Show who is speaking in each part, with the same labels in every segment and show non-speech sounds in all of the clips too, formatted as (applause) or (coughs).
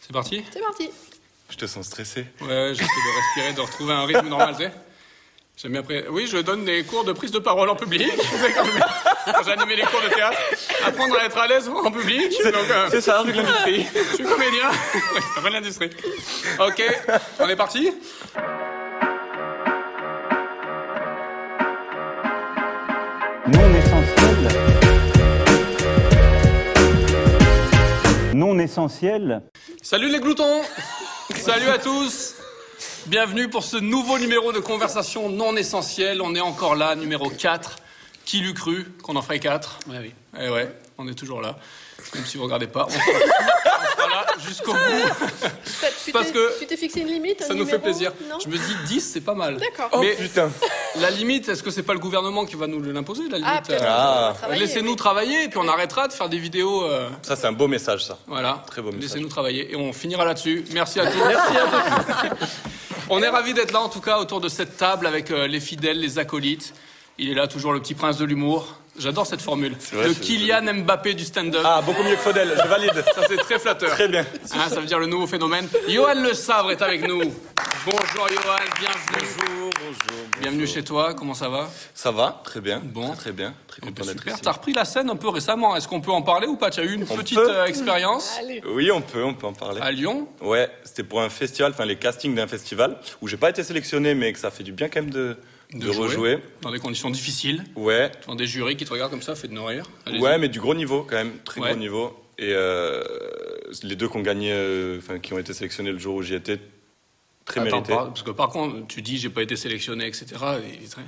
Speaker 1: C'est parti
Speaker 2: C'est parti.
Speaker 3: Je te sens stressé.
Speaker 1: Ouais, ouais, j'essaie de respirer, de retrouver un rythme normal, tu sais. J'aime bien après. Oui, je donne des cours de prise de parole en public. (laughs) Tu sais, quand quand j'animais les cours de théâtre, apprendre à être à l'aise en public. C'est
Speaker 3: c'est ça, rue de
Speaker 1: l'industrie. Je suis comédien. (laughs) Rue de l'industrie. Ok, on est parti
Speaker 4: non essentiel. Non essentiel.
Speaker 1: Salut les gloutons Salut à tous Bienvenue pour ce nouveau numéro de conversation non essentielle. On est encore là, numéro 4. Qui l'eût cru qu'on en ferait 4 Ouais, oui. Eh ouais, on est toujours là. Même si vous regardez pas, on sera, on sera là jusqu'au
Speaker 2: (laughs)
Speaker 1: bout.
Speaker 2: Ça, tu
Speaker 1: Parce
Speaker 2: t'es-
Speaker 1: que
Speaker 2: tu t'es fixé une limite un
Speaker 1: Ça nous fait
Speaker 2: numéro
Speaker 1: plaisir.
Speaker 2: Non
Speaker 1: Je me dis 10, c'est pas mal.
Speaker 2: D'accord.
Speaker 3: Oh
Speaker 1: Mais-
Speaker 3: putain
Speaker 1: La limite, est-ce que c'est pas le gouvernement qui va nous l'imposer, la
Speaker 2: Ah,
Speaker 1: limite
Speaker 2: peut-être.
Speaker 1: euh,
Speaker 3: Ah.
Speaker 2: on va travailler,
Speaker 1: Laissez-nous
Speaker 2: oui.
Speaker 1: travailler, et puis on arrêtera de faire des vidéos. euh,
Speaker 3: Ça, c'est un beau message, ça.
Speaker 1: voilà.
Speaker 3: Très beau message.
Speaker 1: Laissez-nous travailler. Et on finira là-dessus. Merci à tous. (laughs) on est ravis d'être là, en tout cas, autour de cette table avec euh, les fidèles, les acolytes. Il est là, toujours le petit prince de l'humour. J'adore cette formule.
Speaker 3: vrai,
Speaker 1: le
Speaker 3: c'est-
Speaker 1: Kylian Mbappé du stand-up.
Speaker 3: Ah, beaucoup mieux que Faudel, je valide.
Speaker 1: Ça, c'est très flatteur.
Speaker 3: Très bien.
Speaker 1: Hein, ça veut dire le nouveau phénomène. Johan Le Savre est avec nous. Bonjour Johan, bienvenue.
Speaker 3: Bonjour, bonjour.
Speaker 1: Bienvenue chez toi, comment ça va
Speaker 3: Ça va Très bien.
Speaker 1: Bon.
Speaker 3: Très, très bien. Très content d'être
Speaker 1: Eh ben, Super,
Speaker 3: ici.
Speaker 1: t'as repris la scène un peu récemment, est-ce qu'on peut en parler ou pas Tu as eu une petite
Speaker 3: peut.
Speaker 1: euh, expérience
Speaker 2: Allez.
Speaker 3: Oui, on peut, on peut en parler.
Speaker 1: à Lyon
Speaker 3: Ouais, c'était pour un festival, enfin les castings d'un festival, où j'ai pas été sélectionné, mais que ça fait du bien quand même de, de
Speaker 1: jouer
Speaker 3: rejouer.
Speaker 1: Dans des conditions difficiles,
Speaker 3: Ouais,
Speaker 1: devant des jurys qui te regardent comme ça, fait de nos rires. Allez-y.
Speaker 3: ouais, mais du gros niveau quand même, très
Speaker 1: Ouais.
Speaker 3: gros niveau. Et euh, les deux qui ont gagné, euh, enfin qui ont été sélectionnés le jour où j'y étais, très
Speaker 1: Attends,
Speaker 3: mérité.
Speaker 1: par- parce que par contre, tu dis j'ai pas été sélectionné, etc. Et- et très-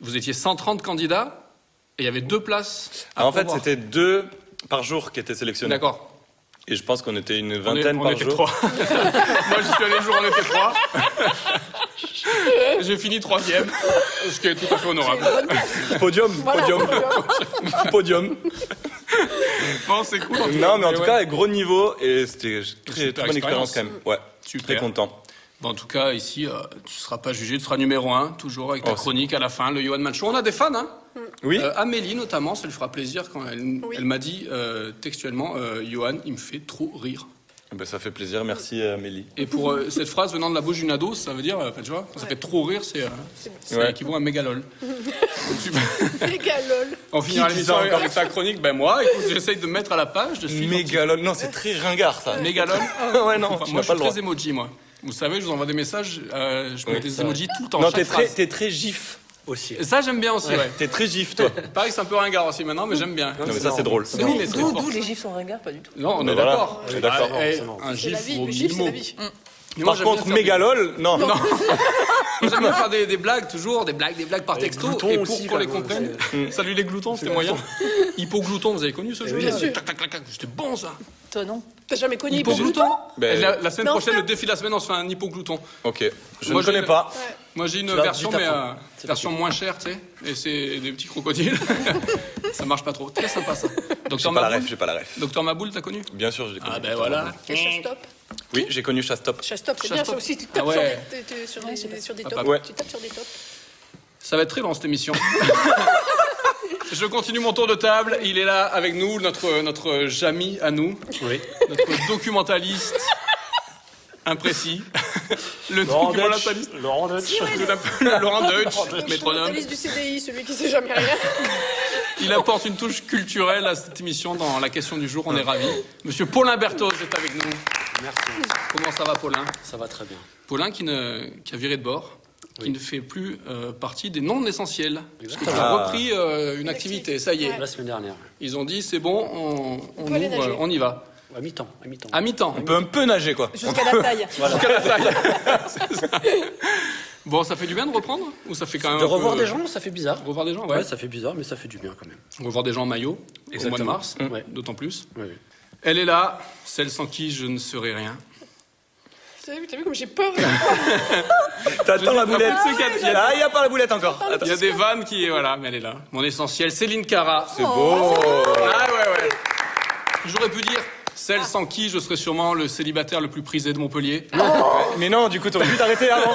Speaker 1: Vous étiez 130 candidats et il y avait deux places. À
Speaker 3: Ah, en fait,
Speaker 1: pourvoir.
Speaker 3: c'était deux par jour qui étaient sélectionnés.
Speaker 1: D'accord.
Speaker 3: Et je pense qu'on était une
Speaker 1: On est-
Speaker 3: vingtaine
Speaker 1: on
Speaker 3: par
Speaker 1: était
Speaker 3: jour.
Speaker 1: trois. (laughs) Moi, j'y suis allé le jour, on était trois. (laughs) J'ai fini troisième, (laughs) ce qui est tout à fait honorable.
Speaker 3: Podium, podium, (laughs) podium.
Speaker 1: Bon, c'est cool.
Speaker 3: Non, mais en tout
Speaker 1: ouais.
Speaker 3: cas, gros niveau et c'était très,
Speaker 1: Super
Speaker 3: très bonne expérience quand même. Ouais,
Speaker 1: Super.
Speaker 3: très content.
Speaker 1: Bon, en tout cas, ici, euh, tu seras pas jugé, tu seras numéro un, toujours avec ta
Speaker 3: Oh, c'est Mm.
Speaker 1: chronique à la fin, le Johan Manchot. On a des fans, hein
Speaker 3: Oui.
Speaker 1: Euh, Amélie, notamment, ça lui fera plaisir quand elle, elle m'a dit euh, textuellement euh, Johan, il me fait trop rire.
Speaker 3: Eh ben, ça fait plaisir, merci euh, Amélie.
Speaker 1: Et pour euh, cette phrase venant de la bouche d'une ado, ça veut dire, euh, enfin, tu vois, quand ça fait trop rire, c'est euh, c'est
Speaker 3: Ouais.
Speaker 1: équivalent à mégalol. Tu-
Speaker 2: Méga lol.
Speaker 1: On finira
Speaker 3: dit
Speaker 1: l'émission
Speaker 3: ça
Speaker 1: avec,
Speaker 3: encore
Speaker 1: avec ta chronique, ben moi, écoute, j'essaye de me mettre à la page, je suis.
Speaker 3: Mégalone, non, c'est très ringard ça.
Speaker 1: Mégalol
Speaker 3: (laughs) ouais, Ah, non,
Speaker 1: Enfin,
Speaker 3: tu
Speaker 1: Moi,
Speaker 3: n'as
Speaker 1: je suis
Speaker 3: pas le droit.
Speaker 1: très emoji, moi. Vous savez, je vous envoie des messages, euh, je mets
Speaker 3: Oui,
Speaker 1: des
Speaker 3: ça.
Speaker 1: emojis tout le temps.
Speaker 3: Non,
Speaker 1: chaque
Speaker 3: t'es très,
Speaker 1: phrase.
Speaker 3: t'es très gif aussi.
Speaker 1: Et Ça, j'aime bien aussi, ouais.
Speaker 3: T'es très gif, toi.
Speaker 1: Pareil, que c'est un peu ringard aussi maintenant, mais j'aime bien.
Speaker 3: non, mais ça, c'est drôle.
Speaker 1: C'est nul, mais très
Speaker 5: D'où
Speaker 1: fort.
Speaker 5: d'où les gifs sont ringards, pas du tout.
Speaker 1: Non, on
Speaker 3: Mais
Speaker 1: est
Speaker 3: voilà,
Speaker 1: d'accord.
Speaker 3: on est d'accord,
Speaker 1: Ah, eh,
Speaker 3: forcément.
Speaker 1: Un
Speaker 2: C'est la
Speaker 1: gif,
Speaker 2: vie,
Speaker 1: au
Speaker 2: le gif, c'est
Speaker 1: minimum.
Speaker 2: la vie.
Speaker 1: Mais moi,
Speaker 3: Par
Speaker 1: j'aime bien
Speaker 3: contre,
Speaker 1: faire
Speaker 3: mégalole, non.
Speaker 1: des- Non. J'aime
Speaker 3: (laughs)
Speaker 1: bien faire des, des blagues, toujours, des blagues, des blagues par texto,
Speaker 5: gloutons
Speaker 1: et pour
Speaker 5: aussi,
Speaker 1: qu'on les
Speaker 5: pardon,
Speaker 1: comprenne. (laughs) Salut les gloutons, c'était moyen. (laughs) Hypoglouton, vous avez connu
Speaker 3: Eh
Speaker 1: ce jeu
Speaker 2: Bien sûr.
Speaker 1: Tac, tac, tac, tac, C'était bon ça.
Speaker 5: Toi non.
Speaker 2: T'as jamais connu
Speaker 1: Hypoglouton
Speaker 3: Ben,
Speaker 1: Et La la semaine
Speaker 2: mais
Speaker 1: prochaine,
Speaker 2: enfin.
Speaker 1: le défi de la semaine, on se fait un hypoglouton.
Speaker 3: Ok, je
Speaker 1: Moi,
Speaker 3: ne
Speaker 1: j'ai
Speaker 3: connais
Speaker 1: une-
Speaker 3: pas.
Speaker 1: Moi j'ai une
Speaker 5: vas
Speaker 1: version,
Speaker 5: vite à
Speaker 1: mais
Speaker 5: fond.
Speaker 1: euh, version moins chère, tu sais. Et c'est des petits crocodiles. (laughs) ça marche pas trop. Très sympa ça. Docteur
Speaker 3: J'ai pas la
Speaker 1: Maboul,
Speaker 3: ref, j'ai pas la ref.
Speaker 1: Docteur Maboul, t'as connu
Speaker 3: Bien sûr, je l'ai connu.
Speaker 1: Ah ben voilà.
Speaker 2: Chastop.
Speaker 3: Oui, j'ai connu Chastop.
Speaker 2: Chastop, c'est
Speaker 1: Chastop.
Speaker 2: bien ça aussi. Tu tapes
Speaker 1: Ah ouais.
Speaker 2: sur, des- t'es- sur, des, sur des
Speaker 1: Ah,
Speaker 2: tops.
Speaker 1: pardon.
Speaker 2: Tu tapes sur des tops.
Speaker 1: Ça va être très long cette émission. (laughs) Je continue mon tour de table. Il est là avec nous, notre, notre Jamy à nous. Oui. Notre documentaliste imprécis. Le documentaliste.
Speaker 6: Laurent Deutsch.
Speaker 1: Je l'appelle (laughs) Laurent Deutsch,
Speaker 2: Donc, je suis
Speaker 1: métronome.
Speaker 2: mentaliste du CDI, celui qui sait jamais
Speaker 1: (laughs)
Speaker 2: rien.
Speaker 1: Il apporte une touche culturelle à cette émission dans la question du jour. On est ravis. Monsieur Paulin Berthoz est avec nous.
Speaker 6: Merci.
Speaker 1: Comment ça va, Paulin
Speaker 6: Ça va très bien.
Speaker 1: Paulin qui, ne- qui a viré de bord, qui ne fait plus euh, partie des non-essentiels. Parce que tu as
Speaker 3: Ah.
Speaker 1: repris euh, une activité, ça y est.
Speaker 6: La semaine dernière.
Speaker 1: Ils ont dit, c'est bon, on, on
Speaker 2: peut aller
Speaker 1: ouvre,
Speaker 2: nager.
Speaker 1: on y va.
Speaker 6: À mi-temps. À mi-temps.
Speaker 1: À mi-temps. (laughs)
Speaker 3: On peut un peu nager, quoi.
Speaker 5: Jusqu'à la taille.
Speaker 1: Bon, ça fait du bien de reprendre Ou ça fait quand même
Speaker 6: De
Speaker 1: un peu- euh,
Speaker 6: revoir des gens, ça fait bizarre.
Speaker 1: Revoir des gens, ouais.
Speaker 6: Ouais, ça fait bizarre, mais ça fait du bien quand même.
Speaker 1: Revoir des gens en maillot, au mois de
Speaker 6: Exactement.
Speaker 1: mars,
Speaker 6: Mm. Ouais.
Speaker 1: d'autant plus.
Speaker 6: Oui, oui.
Speaker 1: Elle est là, celle sans qui je ne serais rien.
Speaker 2: T'as vu, t'as vu comme j'ai peur
Speaker 3: T'attends la boulette.
Speaker 1: Ah, il y a-
Speaker 3: Ah, il n'y a pas la boulette encore. Attends.
Speaker 1: Il y a des vannes qui... Voilà, mais elle est là. Mon essentiel, Céline Cara.
Speaker 3: C'est beau.
Speaker 1: Ah ouais, ouais. J'aurais pu dire celle sans qui je serais sûrement le célibataire le plus prisé de Montpellier.
Speaker 6: Ah
Speaker 3: Mais non, du coup, t'aurais dû t'arrêter (laughs) avant.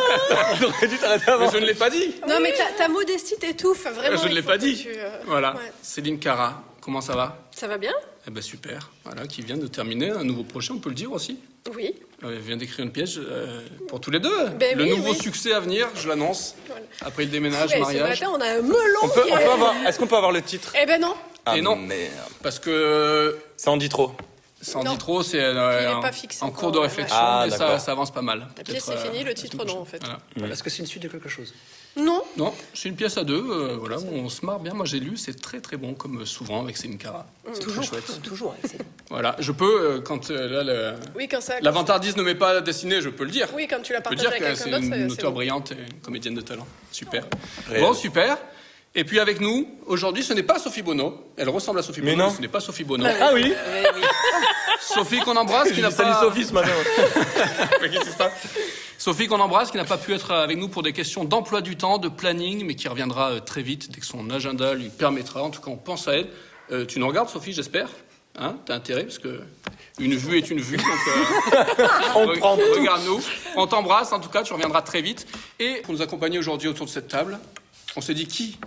Speaker 3: T'aurais dû t'arrêter
Speaker 1: Mais
Speaker 3: avant.
Speaker 1: je ne l'ai pas dit.
Speaker 2: Non, mais ta, ta modestie t'étouffe, vraiment.
Speaker 1: je ne
Speaker 2: Ah il
Speaker 1: l'ai
Speaker 2: faut
Speaker 1: pas
Speaker 2: que
Speaker 1: dit.
Speaker 2: tu, euh,
Speaker 1: Voilà.
Speaker 2: ouais.
Speaker 1: Céline Cara, comment ça va
Speaker 2: Ça va bien
Speaker 1: Eh ben super. Voilà, qui vient de terminer un nouveau projet, on peut le dire aussi.
Speaker 2: Oui.
Speaker 1: Euh, Il vient d'écrire une pièce euh, pour tous les deux.
Speaker 2: Ben
Speaker 1: le
Speaker 2: oui,
Speaker 1: nouveau
Speaker 2: oui.
Speaker 1: succès à venir, je l'annonce.
Speaker 2: Voilà.
Speaker 1: Après le déménage,
Speaker 2: Ouais, ce
Speaker 1: mariage.
Speaker 2: matin, on a un melon
Speaker 3: On peut,
Speaker 2: qui
Speaker 3: on
Speaker 2: est-
Speaker 3: peut avoir, est-ce qu'on peut avoir le titre
Speaker 2: Eh ben non,
Speaker 3: Ah,
Speaker 1: Et non.
Speaker 3: merde.
Speaker 1: Parce que euh,
Speaker 3: Ça en dit trop.
Speaker 1: ça en
Speaker 2: Non.
Speaker 1: dit trop, c'est euh,
Speaker 2: Il est
Speaker 1: en-
Speaker 2: pas fixé
Speaker 1: en
Speaker 2: encore,
Speaker 1: cours de
Speaker 2: ouais.
Speaker 1: réflexion,
Speaker 3: Ah,
Speaker 1: mais ça,
Speaker 3: d'accord.
Speaker 1: ça avance pas mal.
Speaker 2: la
Speaker 1: Peut-être,
Speaker 2: pièce est
Speaker 1: euh,
Speaker 2: finie, le
Speaker 1: la
Speaker 2: titre
Speaker 1: semaine
Speaker 2: non en
Speaker 1: prochaine.
Speaker 2: fait.
Speaker 1: Voilà.
Speaker 6: Est-ce que c'est une suite de quelque chose
Speaker 2: Non,
Speaker 1: Non, c'est une pièce à deux, euh, voilà, où on se marre bien. Moi j'ai lu, c'est très très bon, comme euh, souvent avec Céline Cara.
Speaker 2: Mm.
Speaker 1: C'est très chouette.
Speaker 6: Toujours, excellent.
Speaker 1: Voilà, je peux, euh, quand euh, là, le-
Speaker 2: oui quand ça.
Speaker 1: la vantardise ne m'est pas destinée, je peux le dire.
Speaker 2: Oui, quand tu la
Speaker 1: Je peux
Speaker 2: partages
Speaker 1: dire
Speaker 2: avec
Speaker 1: que
Speaker 2: quelqu'un
Speaker 1: c'est
Speaker 2: d'autre,
Speaker 1: une,
Speaker 2: c'est- c'est
Speaker 1: auteure
Speaker 2: bon.
Speaker 1: brillante et une comédienne de talent. Super.
Speaker 3: Réel.
Speaker 1: Bon, super. Et puis avec nous, aujourd'hui, ce n'est pas Sophie Bono. Elle ressemble à Sophie
Speaker 3: Mais
Speaker 1: Bono,
Speaker 3: non.
Speaker 1: ce n'est pas Sophie Bono.
Speaker 3: Ah oui
Speaker 1: Sophie qu'on
Speaker 3: (laughs)
Speaker 1: embrasse, qui
Speaker 3: J'ai
Speaker 1: n'a
Speaker 3: dit salut
Speaker 1: pas...
Speaker 3: Sophie ce matin.
Speaker 1: Mais qu'est-ce qui se passe Sophie qu'on embrasse, qui n'a pas pu être avec nous pour des questions d'emploi du temps, de planning, mais qui reviendra euh, très vite dès que son agenda lui permettra. En tout cas, on pense à elle. Euh, tu nous regardes, Sophie, j'espère Hein T'as intérêt, parce que une vue est une vue. donc, euh, re- Regarde-nous. On t'embrasse, en tout cas, tu reviendras très vite. Et pour nous accompagner aujourd'hui autour de cette table, on s'est dit qui,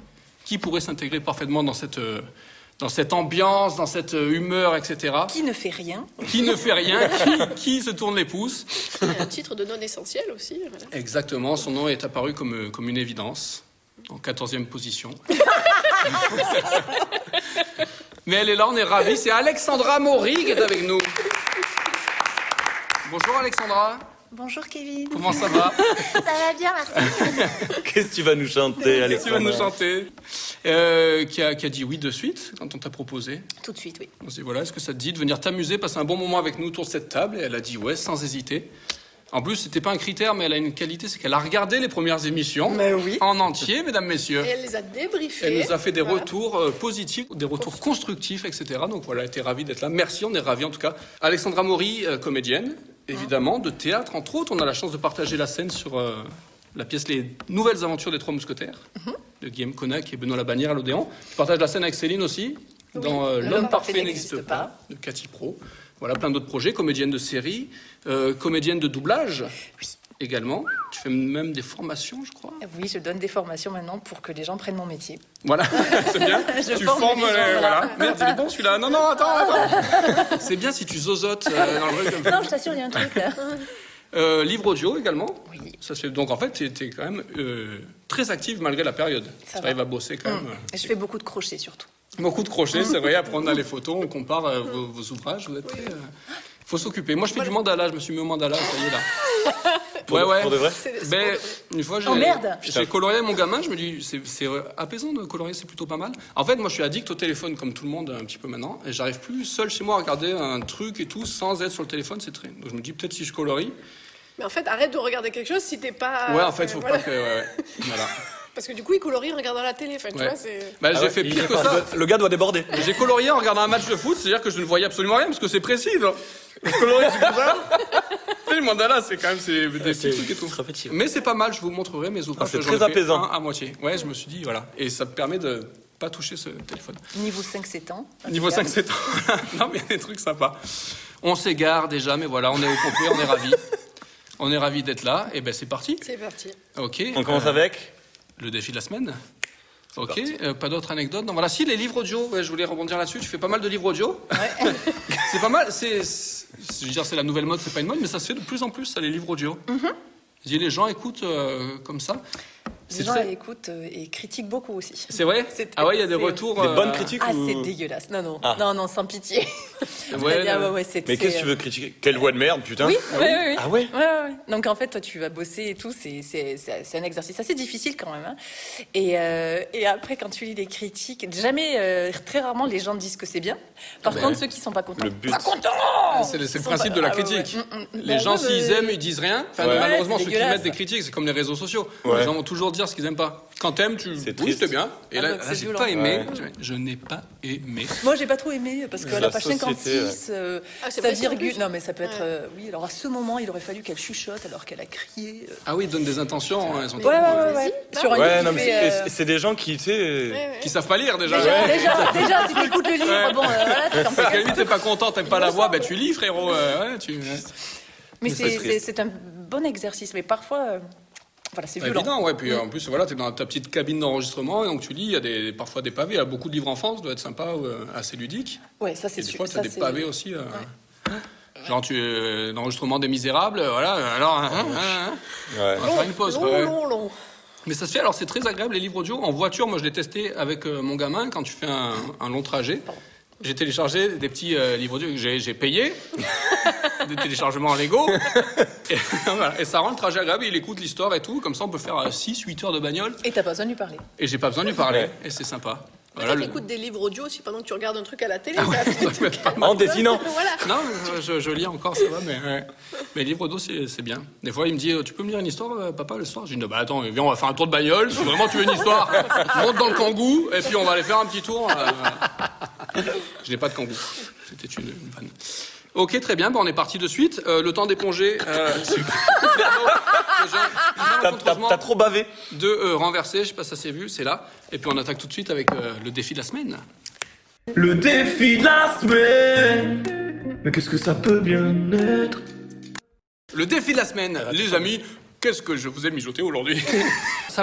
Speaker 1: qui pourrait s'intégrer parfaitement dans cette, euh, dans cette ambiance, dans cette euh, humeur, etc.
Speaker 5: Qui ne fait rien
Speaker 1: Qui ne fait rien, qui- qui se tourne les pouces.
Speaker 2: Il y a un titre de non essentiel aussi. voilà.
Speaker 1: Exactement, son nom est apparu comme, euh, comme une évidence, en 14e position. Mais elle est là, on est ravis, c'est Alexandra Maury qui est avec nous. Bonjour Alexandra,
Speaker 5: Bonjour Kevin.
Speaker 1: comment
Speaker 5: (laughs)
Speaker 1: ça va
Speaker 5: Ça va bien, merci.
Speaker 3: (laughs) Qu'est-ce que tu vas nous chanter, Alexandre
Speaker 1: Tu vas nous chanter. Euh, qui, a, qui a dit oui de suite quand on t'a proposé
Speaker 5: Tout de suite, oui.
Speaker 1: On s'est dit voilà, est-ce que ça te dit de venir t'amuser, passer un bon moment avec nous autour de cette table Et elle a dit ouais, sans hésiter. En plus, c'était pas un critère, mais elle a une qualité, c'est qu'elle a regardé les premières émissions
Speaker 5: Mais oui.
Speaker 1: en entier, mesdames, messieurs.
Speaker 2: Et elle les a débriefés.
Speaker 1: Bah. Elle nous a fait des
Speaker 2: Voilà.
Speaker 1: retours euh, positifs, des retours constructifs, etc. Donc voilà, elle était ravie d'être là. Merci, on est ravis en tout cas. Alexandra Maury, euh, comédienne, évidemment, de théâtre, entre autres. On a la chance de partager la scène sur euh, la pièce Les Nouvelles Aventures des Trois Mousquetaires, de Guillaume Connac et Benoît Labanière à l'Odéon. Je partage la scène avec Céline aussi, dans euh, L'homme parfait n'existe pas, de Cathy Pro. Voilà, plein d'autres projets, comédienne de série, euh, comédienne de doublage également. Tu fais même des formations, je crois.
Speaker 7: Oui, je donne des formations maintenant pour que les gens prennent mon métier. (laughs)
Speaker 1: Voilà, c'est bien.
Speaker 7: Je
Speaker 1: tu
Speaker 7: forme
Speaker 1: formes
Speaker 7: les gens,
Speaker 1: les-
Speaker 7: voilà.
Speaker 1: voilà. Merde, il est bon celui-là. Non, non, attends, attends.
Speaker 7: (laughs)
Speaker 1: c'est bien si tu zozotes euh, dans le truc.
Speaker 7: Non, je t'assure, il y a un truc là.
Speaker 1: Euh, livre audio également.
Speaker 7: Oui.
Speaker 1: Ça se fait- donc en fait, tu es, quand même euh, très active malgré la période.
Speaker 7: Ça
Speaker 1: tu
Speaker 7: va. Mm.
Speaker 1: arrives à bosser quand même. euh,
Speaker 7: Et je fais beaucoup de crochets surtout.
Speaker 1: Beaucoup de crochets, c'est vrai. Après, on a les photos, on compare euh, vos, vos ouvrages. Vous êtes très, euh, faut s'occuper. Moi, je fais du mandala. Je me suis mis au mandala. Ça y est là.
Speaker 3: Pour-
Speaker 1: ouais, ouais.
Speaker 3: (laughs) Pour de vrai
Speaker 1: Ben, une fois, j'ai
Speaker 7: Oh, merde
Speaker 1: j'ai colorié mon gamin, je me dis, c'est- c'est euh, apaisant de colorier, c'est plutôt pas mal. En fait, moi, je suis addict au téléphone, comme tout le monde, un petit peu maintenant, et j'arrive plus seul chez moi à regarder un truc et tout, sans être sur le téléphone, c'est très... Donc je me dis, peut-être si je colorie...
Speaker 2: Mais en fait, arrête de regarder quelque chose si t'es
Speaker 7: Ah,
Speaker 2: pas. euh,
Speaker 1: ouais, en
Speaker 7: euh,
Speaker 1: fait, faut
Speaker 2: voilà.
Speaker 1: pas que... ouais, ouais. Voilà.
Speaker 3: (laughs)
Speaker 2: Parce que du coup, il colorie en regardant la télé. Enfin, tu
Speaker 1: Ouais.
Speaker 2: vois, c'est.
Speaker 1: Ben,
Speaker 3: Ah
Speaker 1: j'ai
Speaker 3: ouais,
Speaker 1: fait
Speaker 3: il
Speaker 1: pire
Speaker 3: est
Speaker 1: que
Speaker 3: pas-
Speaker 1: ça.
Speaker 3: Le gars doit déborder.
Speaker 1: J'ai colorié en regardant un match de foot, c'est-à-dire que je ne voyais absolument rien, parce que c'est précis, genre. Je colorie, c'est comme
Speaker 3: (laughs)
Speaker 1: ça. Tu sais, le mandala, c'est quand même c'est des petits trucs et tout.
Speaker 6: très petit, ouais.
Speaker 1: Mais c'est pas mal, je vous montrerai mes ouvrages.
Speaker 3: Ah, c'est
Speaker 1: J'en ai
Speaker 3: très
Speaker 1: fait
Speaker 3: apaisant.
Speaker 1: un à moitié. Ouais, je me suis dit, voilà. Et ça me permet de pas toucher ce téléphone.
Speaker 7: Niveau 5, 7 ans.
Speaker 3: Ah,
Speaker 1: Niveau 5, 7 ans. (laughs) non, mais il y a des trucs sympas. On s'égare déjà, mais voilà, on est au complet, on est ravis. On est ravis d'être là. Et ben c'est parti.
Speaker 2: C'est parti.
Speaker 1: Ok.
Speaker 3: On commence avec
Speaker 1: Le défi de la semaine. Ok. euh, pas d'autres anecdotes. Non, voilà. Si les livres audio. ouais, je voulais rebondir là-dessus. Tu fais pas mal de livres audio. (laughs) c'est pas mal. C'est, c'est- je veux dire, c'est la nouvelle mode. C'est pas une mode, mais ça se fait de plus en plus. Ça, les livres audio. Je dis, les gens écoutent euh, comme ça.
Speaker 7: Mm-hmm. Les gens écoutent euh, et critiquent beaucoup aussi.
Speaker 1: C'est vrai.
Speaker 7: C'est-
Speaker 1: Ah ouais, il y a des
Speaker 7: c'est-
Speaker 1: retours.
Speaker 3: des
Speaker 1: euh,
Speaker 3: bonnes critiques
Speaker 7: Ah,
Speaker 3: ou-
Speaker 7: c'est dégueulasse. Non, non,
Speaker 3: Ah.
Speaker 7: non, non, sans pitié. (laughs) C'est-à-dire,
Speaker 1: Ouais,
Speaker 7: ah,
Speaker 1: non.
Speaker 7: ouais, ouais, c'est-
Speaker 3: Mais
Speaker 7: c'est,
Speaker 3: qu'est-ce que tu veux critiquer Quelle voix de merde, putain
Speaker 7: euh, Oui, oui, oui, oui.
Speaker 3: Ah ouais
Speaker 7: Ouais, ouais, ouais. Donc en fait, toi, tu vas bosser et tout. C'est- C'est c'est- c'est un exercice assez difficile quand même. hein. Et, euh, et après, quand tu lis les critiques, jamais, euh, très rarement, les gens disent que c'est bien. Par
Speaker 1: Ah
Speaker 7: contre, ceux qui sont pas contents,
Speaker 3: Le but.
Speaker 7: pas contents.
Speaker 1: ben, C'est le, c'est le
Speaker 7: Ils sont
Speaker 1: principe
Speaker 7: pas-
Speaker 1: de la
Speaker 7: ah, ouais,
Speaker 1: critique.
Speaker 7: ouais. Mm, mm.
Speaker 1: Les
Speaker 7: Bah
Speaker 1: gens,
Speaker 7: ouais,
Speaker 1: s'ils
Speaker 7: mais-
Speaker 1: aiment, ils disent rien. Enfin,
Speaker 7: Ouais,
Speaker 1: malheureusement,
Speaker 7: c'est
Speaker 1: ceux qui
Speaker 7: dégueulasse.
Speaker 1: mettent des critiques, c'est comme les réseaux sociaux.
Speaker 3: Ouais.
Speaker 1: Les gens vont toujours dire ce qu'ils n'aiment pas. Quand t'aimes, tu
Speaker 3: C'est
Speaker 1: oui,
Speaker 3: triste.
Speaker 1: c'était bien. Et
Speaker 7: Ah,
Speaker 1: là,
Speaker 7: donc
Speaker 1: ah,
Speaker 7: c'est
Speaker 1: j'ai
Speaker 7: violent.
Speaker 1: pas aimé.
Speaker 3: Ouais.
Speaker 1: Je n'ai pas aimé.
Speaker 7: Moi, j'ai pas trop aimé parce qu'à
Speaker 3: La
Speaker 7: la page
Speaker 3: société,
Speaker 7: 56, euh,
Speaker 2: Ah, c'est
Speaker 7: sa
Speaker 2: vrai, c'est en
Speaker 7: virgule.
Speaker 2: plus.
Speaker 7: Non, mais ça peut être.
Speaker 2: Ouais.
Speaker 7: euh, oui, alors à ce moment, il aurait fallu qu'elle chuchote alors qu'elle a crié. euh.
Speaker 1: Ah oui, ils donnent des intentions. hein, ils sont
Speaker 7: Ouais, ouais,
Speaker 1: trop-
Speaker 7: ouais, ouais.
Speaker 2: Vas-y,
Speaker 7: Sur un livre
Speaker 3: Ouais,
Speaker 7: qui
Speaker 3: non, mais
Speaker 7: fait,
Speaker 3: c'est-
Speaker 7: euh,
Speaker 3: c'est c'est des gens qui, tu sais.
Speaker 2: Ouais, ouais.
Speaker 1: Qui savent pas lire déjà.
Speaker 7: Déjà,
Speaker 1: Ouais.
Speaker 7: déjà, déjà, si t'écoutes le livre, bon, euh, voilà, tu
Speaker 1: (laughs)
Speaker 7: t'en fais
Speaker 1: Parce que
Speaker 7: quelques-
Speaker 1: lui, t'es pas content, t'aimes pas la voix, ben tu lis, frérot. euh, ouais, tu-
Speaker 7: Mais
Speaker 3: c'est
Speaker 7: c'est-
Speaker 3: triste.
Speaker 7: c'est c'est un bon exercice, mais parfois, euh, voilà, c'est
Speaker 1: C'est
Speaker 7: violent.
Speaker 1: évident, ouais. Puis en plus, voilà, t'es dans ta petite cabine d'enregistrement et donc tu lis. Il y a des, parfois des pavés. Il y a beaucoup de livres en France, ça doit être sympa, euh, assez ludique.
Speaker 7: Ouais, ça c'est
Speaker 1: Et des
Speaker 7: sûr.
Speaker 1: fois,
Speaker 7: ça,
Speaker 1: t'as des
Speaker 7: c'est-
Speaker 1: pavés aussi. euh, Genre, tu, euh, l'enregistrement des Misérables, euh, voilà, euh, alors, hein, hein, hein,
Speaker 3: Ouais.
Speaker 1: on va faire une pause.
Speaker 2: long,
Speaker 1: quoi, ouais.
Speaker 2: long, long.
Speaker 1: Mais ça se fait, alors c'est très agréable les livres audio. En voiture, moi je l'ai testé avec euh, mon gamin quand tu fais un, un long trajet. J'ai téléchargé des petits euh, livres audio que j'ai j'ai payé, (laughs) des téléchargements Lego. Et, (laughs) voilà. Et ça rend le trajet agréable, il écoute l'histoire et tout. Comme ça, on peut faire 6-8 heures de bagnole
Speaker 7: Et t'as pas besoin de lui parler.
Speaker 1: et j'ai pas besoin de lui parler.
Speaker 3: Ouais.
Speaker 1: Et c'est sympa.
Speaker 2: Voilà,
Speaker 1: Voilà, le- Ah
Speaker 2: T'écoutes des livres audio aussi pendant que tu regardes un truc à la télé. ça va
Speaker 1: ça peut (laughs) être pas mal.
Speaker 3: En dessinant.
Speaker 2: (laughs) voilà.
Speaker 1: (laughs) Non, je, je- je lis encore, ça va, mais, ouais. mais livre d'eau, c'est c'est bien. Des fois, il me dit Tu peux me lire une histoire, euh, papa, le soir Je dis Non, Bah attends, viens, on va faire un tour de bagnole. Si vraiment tu veux une histoire, (laughs) monte dans le kangou et puis on va aller faire un petit tour. euh. Je n'ai pas de kangou. C'était une, une vanne. Ok, très bien, bah, on est parti de suite. Euh, le temps des congés. euh, (laughs) c'est- Déjà,
Speaker 3: T'as- T'as
Speaker 1: contrairement-
Speaker 3: t'as trop bavé.
Speaker 1: de euh, renverser, je sais pas si ça s'est vu, c'est là. Et puis on attaque tout de suite avec euh, le défi de la semaine.
Speaker 8: Le défi de la semaine. Mais qu'est-ce que ça peut bien être
Speaker 1: Le défi de la semaine, les amis. Qu'est-ce que je vous ai mijoté aujourd'hui (laughs) Ah.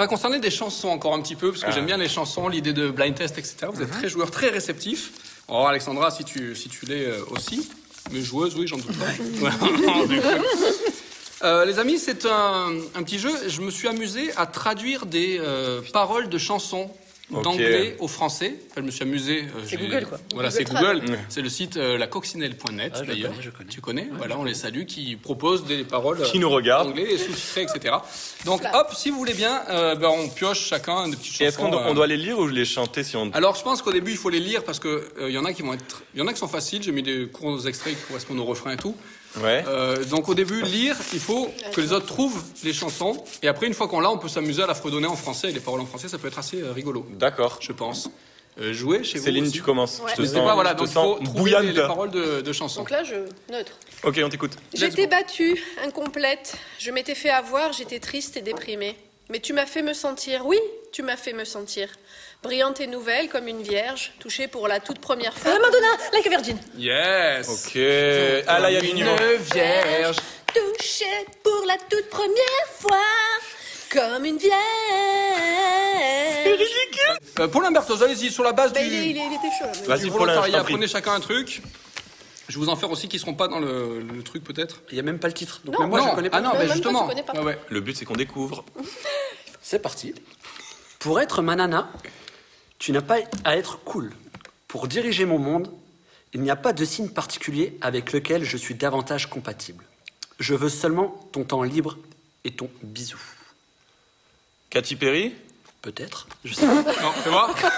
Speaker 1: Ça va concerner des chansons encore un petit peu, parce que j'aime bien les chansons, l'idée de blind test, etc. Vous êtes très joueurs, très réceptifs. Oh, Alexandra, si tu, si tu l'es euh, aussi. Mais joueuse, oui, j'en doute pas. (laughs) Ouais. Euh, les amis, c'est un, un petit jeu. Je me suis amusé à traduire des euh, paroles de chansons
Speaker 3: Ok.
Speaker 1: d'anglais au français. Enfin, je me suis amusé. euh, j'ai-
Speaker 7: Google, quoi.
Speaker 1: Voilà, c'est
Speaker 2: Google
Speaker 1: Google.
Speaker 3: Trad.
Speaker 1: C'est le site euh, lacoccinelle.net
Speaker 6: Ah, je
Speaker 1: d'ailleurs.
Speaker 6: connais, je connais.
Speaker 1: Tu connais Voilà, on les salue qui proposent des paroles
Speaker 3: Qui nous regardent.
Speaker 1: en anglais et sous-titrées, etc. Donc hop, si vous voulez bien, euh, ben, on pioche chacun des petites
Speaker 3: Et
Speaker 1: chansons.
Speaker 3: est-ce qu'on doit,
Speaker 1: euh,
Speaker 3: on doit les lire ou les chanter si on.
Speaker 1: alors, je pense qu'au début, il faut les lire parce que euh, il y en a qui vont être, il y en a qui sont faciles. J'ai mis des courts extraits qui correspondent au refrain et tout.
Speaker 3: Ouais.
Speaker 1: Euh, donc, au début, lire, il faut que les autres trouvent les chansons. Et après, une fois qu'on l'a, on peut s'amuser à la fredonner en français. Et les paroles en français, ça peut être assez euh, rigolo,
Speaker 3: D'accord.
Speaker 1: je pense. Euh, jouer chez
Speaker 3: Céline,
Speaker 1: vous.
Speaker 3: tu commences. Je te
Speaker 1: Je
Speaker 3: sens,
Speaker 1: sais pas, voilà,
Speaker 3: je
Speaker 1: donc
Speaker 3: te
Speaker 1: il faut
Speaker 3: sens
Speaker 1: trouver les,
Speaker 3: bouillante.
Speaker 1: les paroles de, de chansons.
Speaker 2: Donc là, je neutre.
Speaker 3: Ok, on t'écoute.
Speaker 2: J'étais battue, incomplète. Je m'étais fait avoir, j'étais triste et déprimée. Mais tu m'as fait me sentir, oui, tu m'as fait me sentir. Brillante et nouvelle comme une vierge, touchée pour la toute première fois.
Speaker 7: Euh, Madonna, like a virgin.
Speaker 1: Yes.
Speaker 3: Ok. Ah là, il y a du niveau.
Speaker 1: Une vierge.
Speaker 7: Touchée pour la toute première fois, comme une vierge.
Speaker 1: Euh, Paulin Berthoz, allez-y, sur la base
Speaker 2: Bah,
Speaker 1: du.
Speaker 2: il, est- il est- il était chaud. là, mais-
Speaker 1: du
Speaker 3: Vas-y, Paulin, je
Speaker 1: volontariat.
Speaker 3: t'en prie.
Speaker 1: Prenez chacun un truc. Je vais vous en faire aussi qui seront pas dans le, le truc peut-être.
Speaker 6: Il n'y a même pas le titre. Donc
Speaker 2: Non,
Speaker 6: même moi,
Speaker 1: non.
Speaker 6: je connais pas.
Speaker 1: Ah non,
Speaker 2: Même
Speaker 1: mais
Speaker 2: toi, tu
Speaker 1: justement.
Speaker 2: connais pas.
Speaker 1: Ouais, ouais.
Speaker 3: Le but, c'est qu'on découvre.
Speaker 6: C'est parti. Pour être ma nana, tu n'as pas à être cool. Pour diriger mon monde, il n'y a pas de signe particulier avec lequel je suis davantage compatible. Je veux seulement ton temps libre et ton bisou.
Speaker 3: Katy Perry
Speaker 6: Peut-être, je sais pas.
Speaker 1: Non, fais voir. (laughs)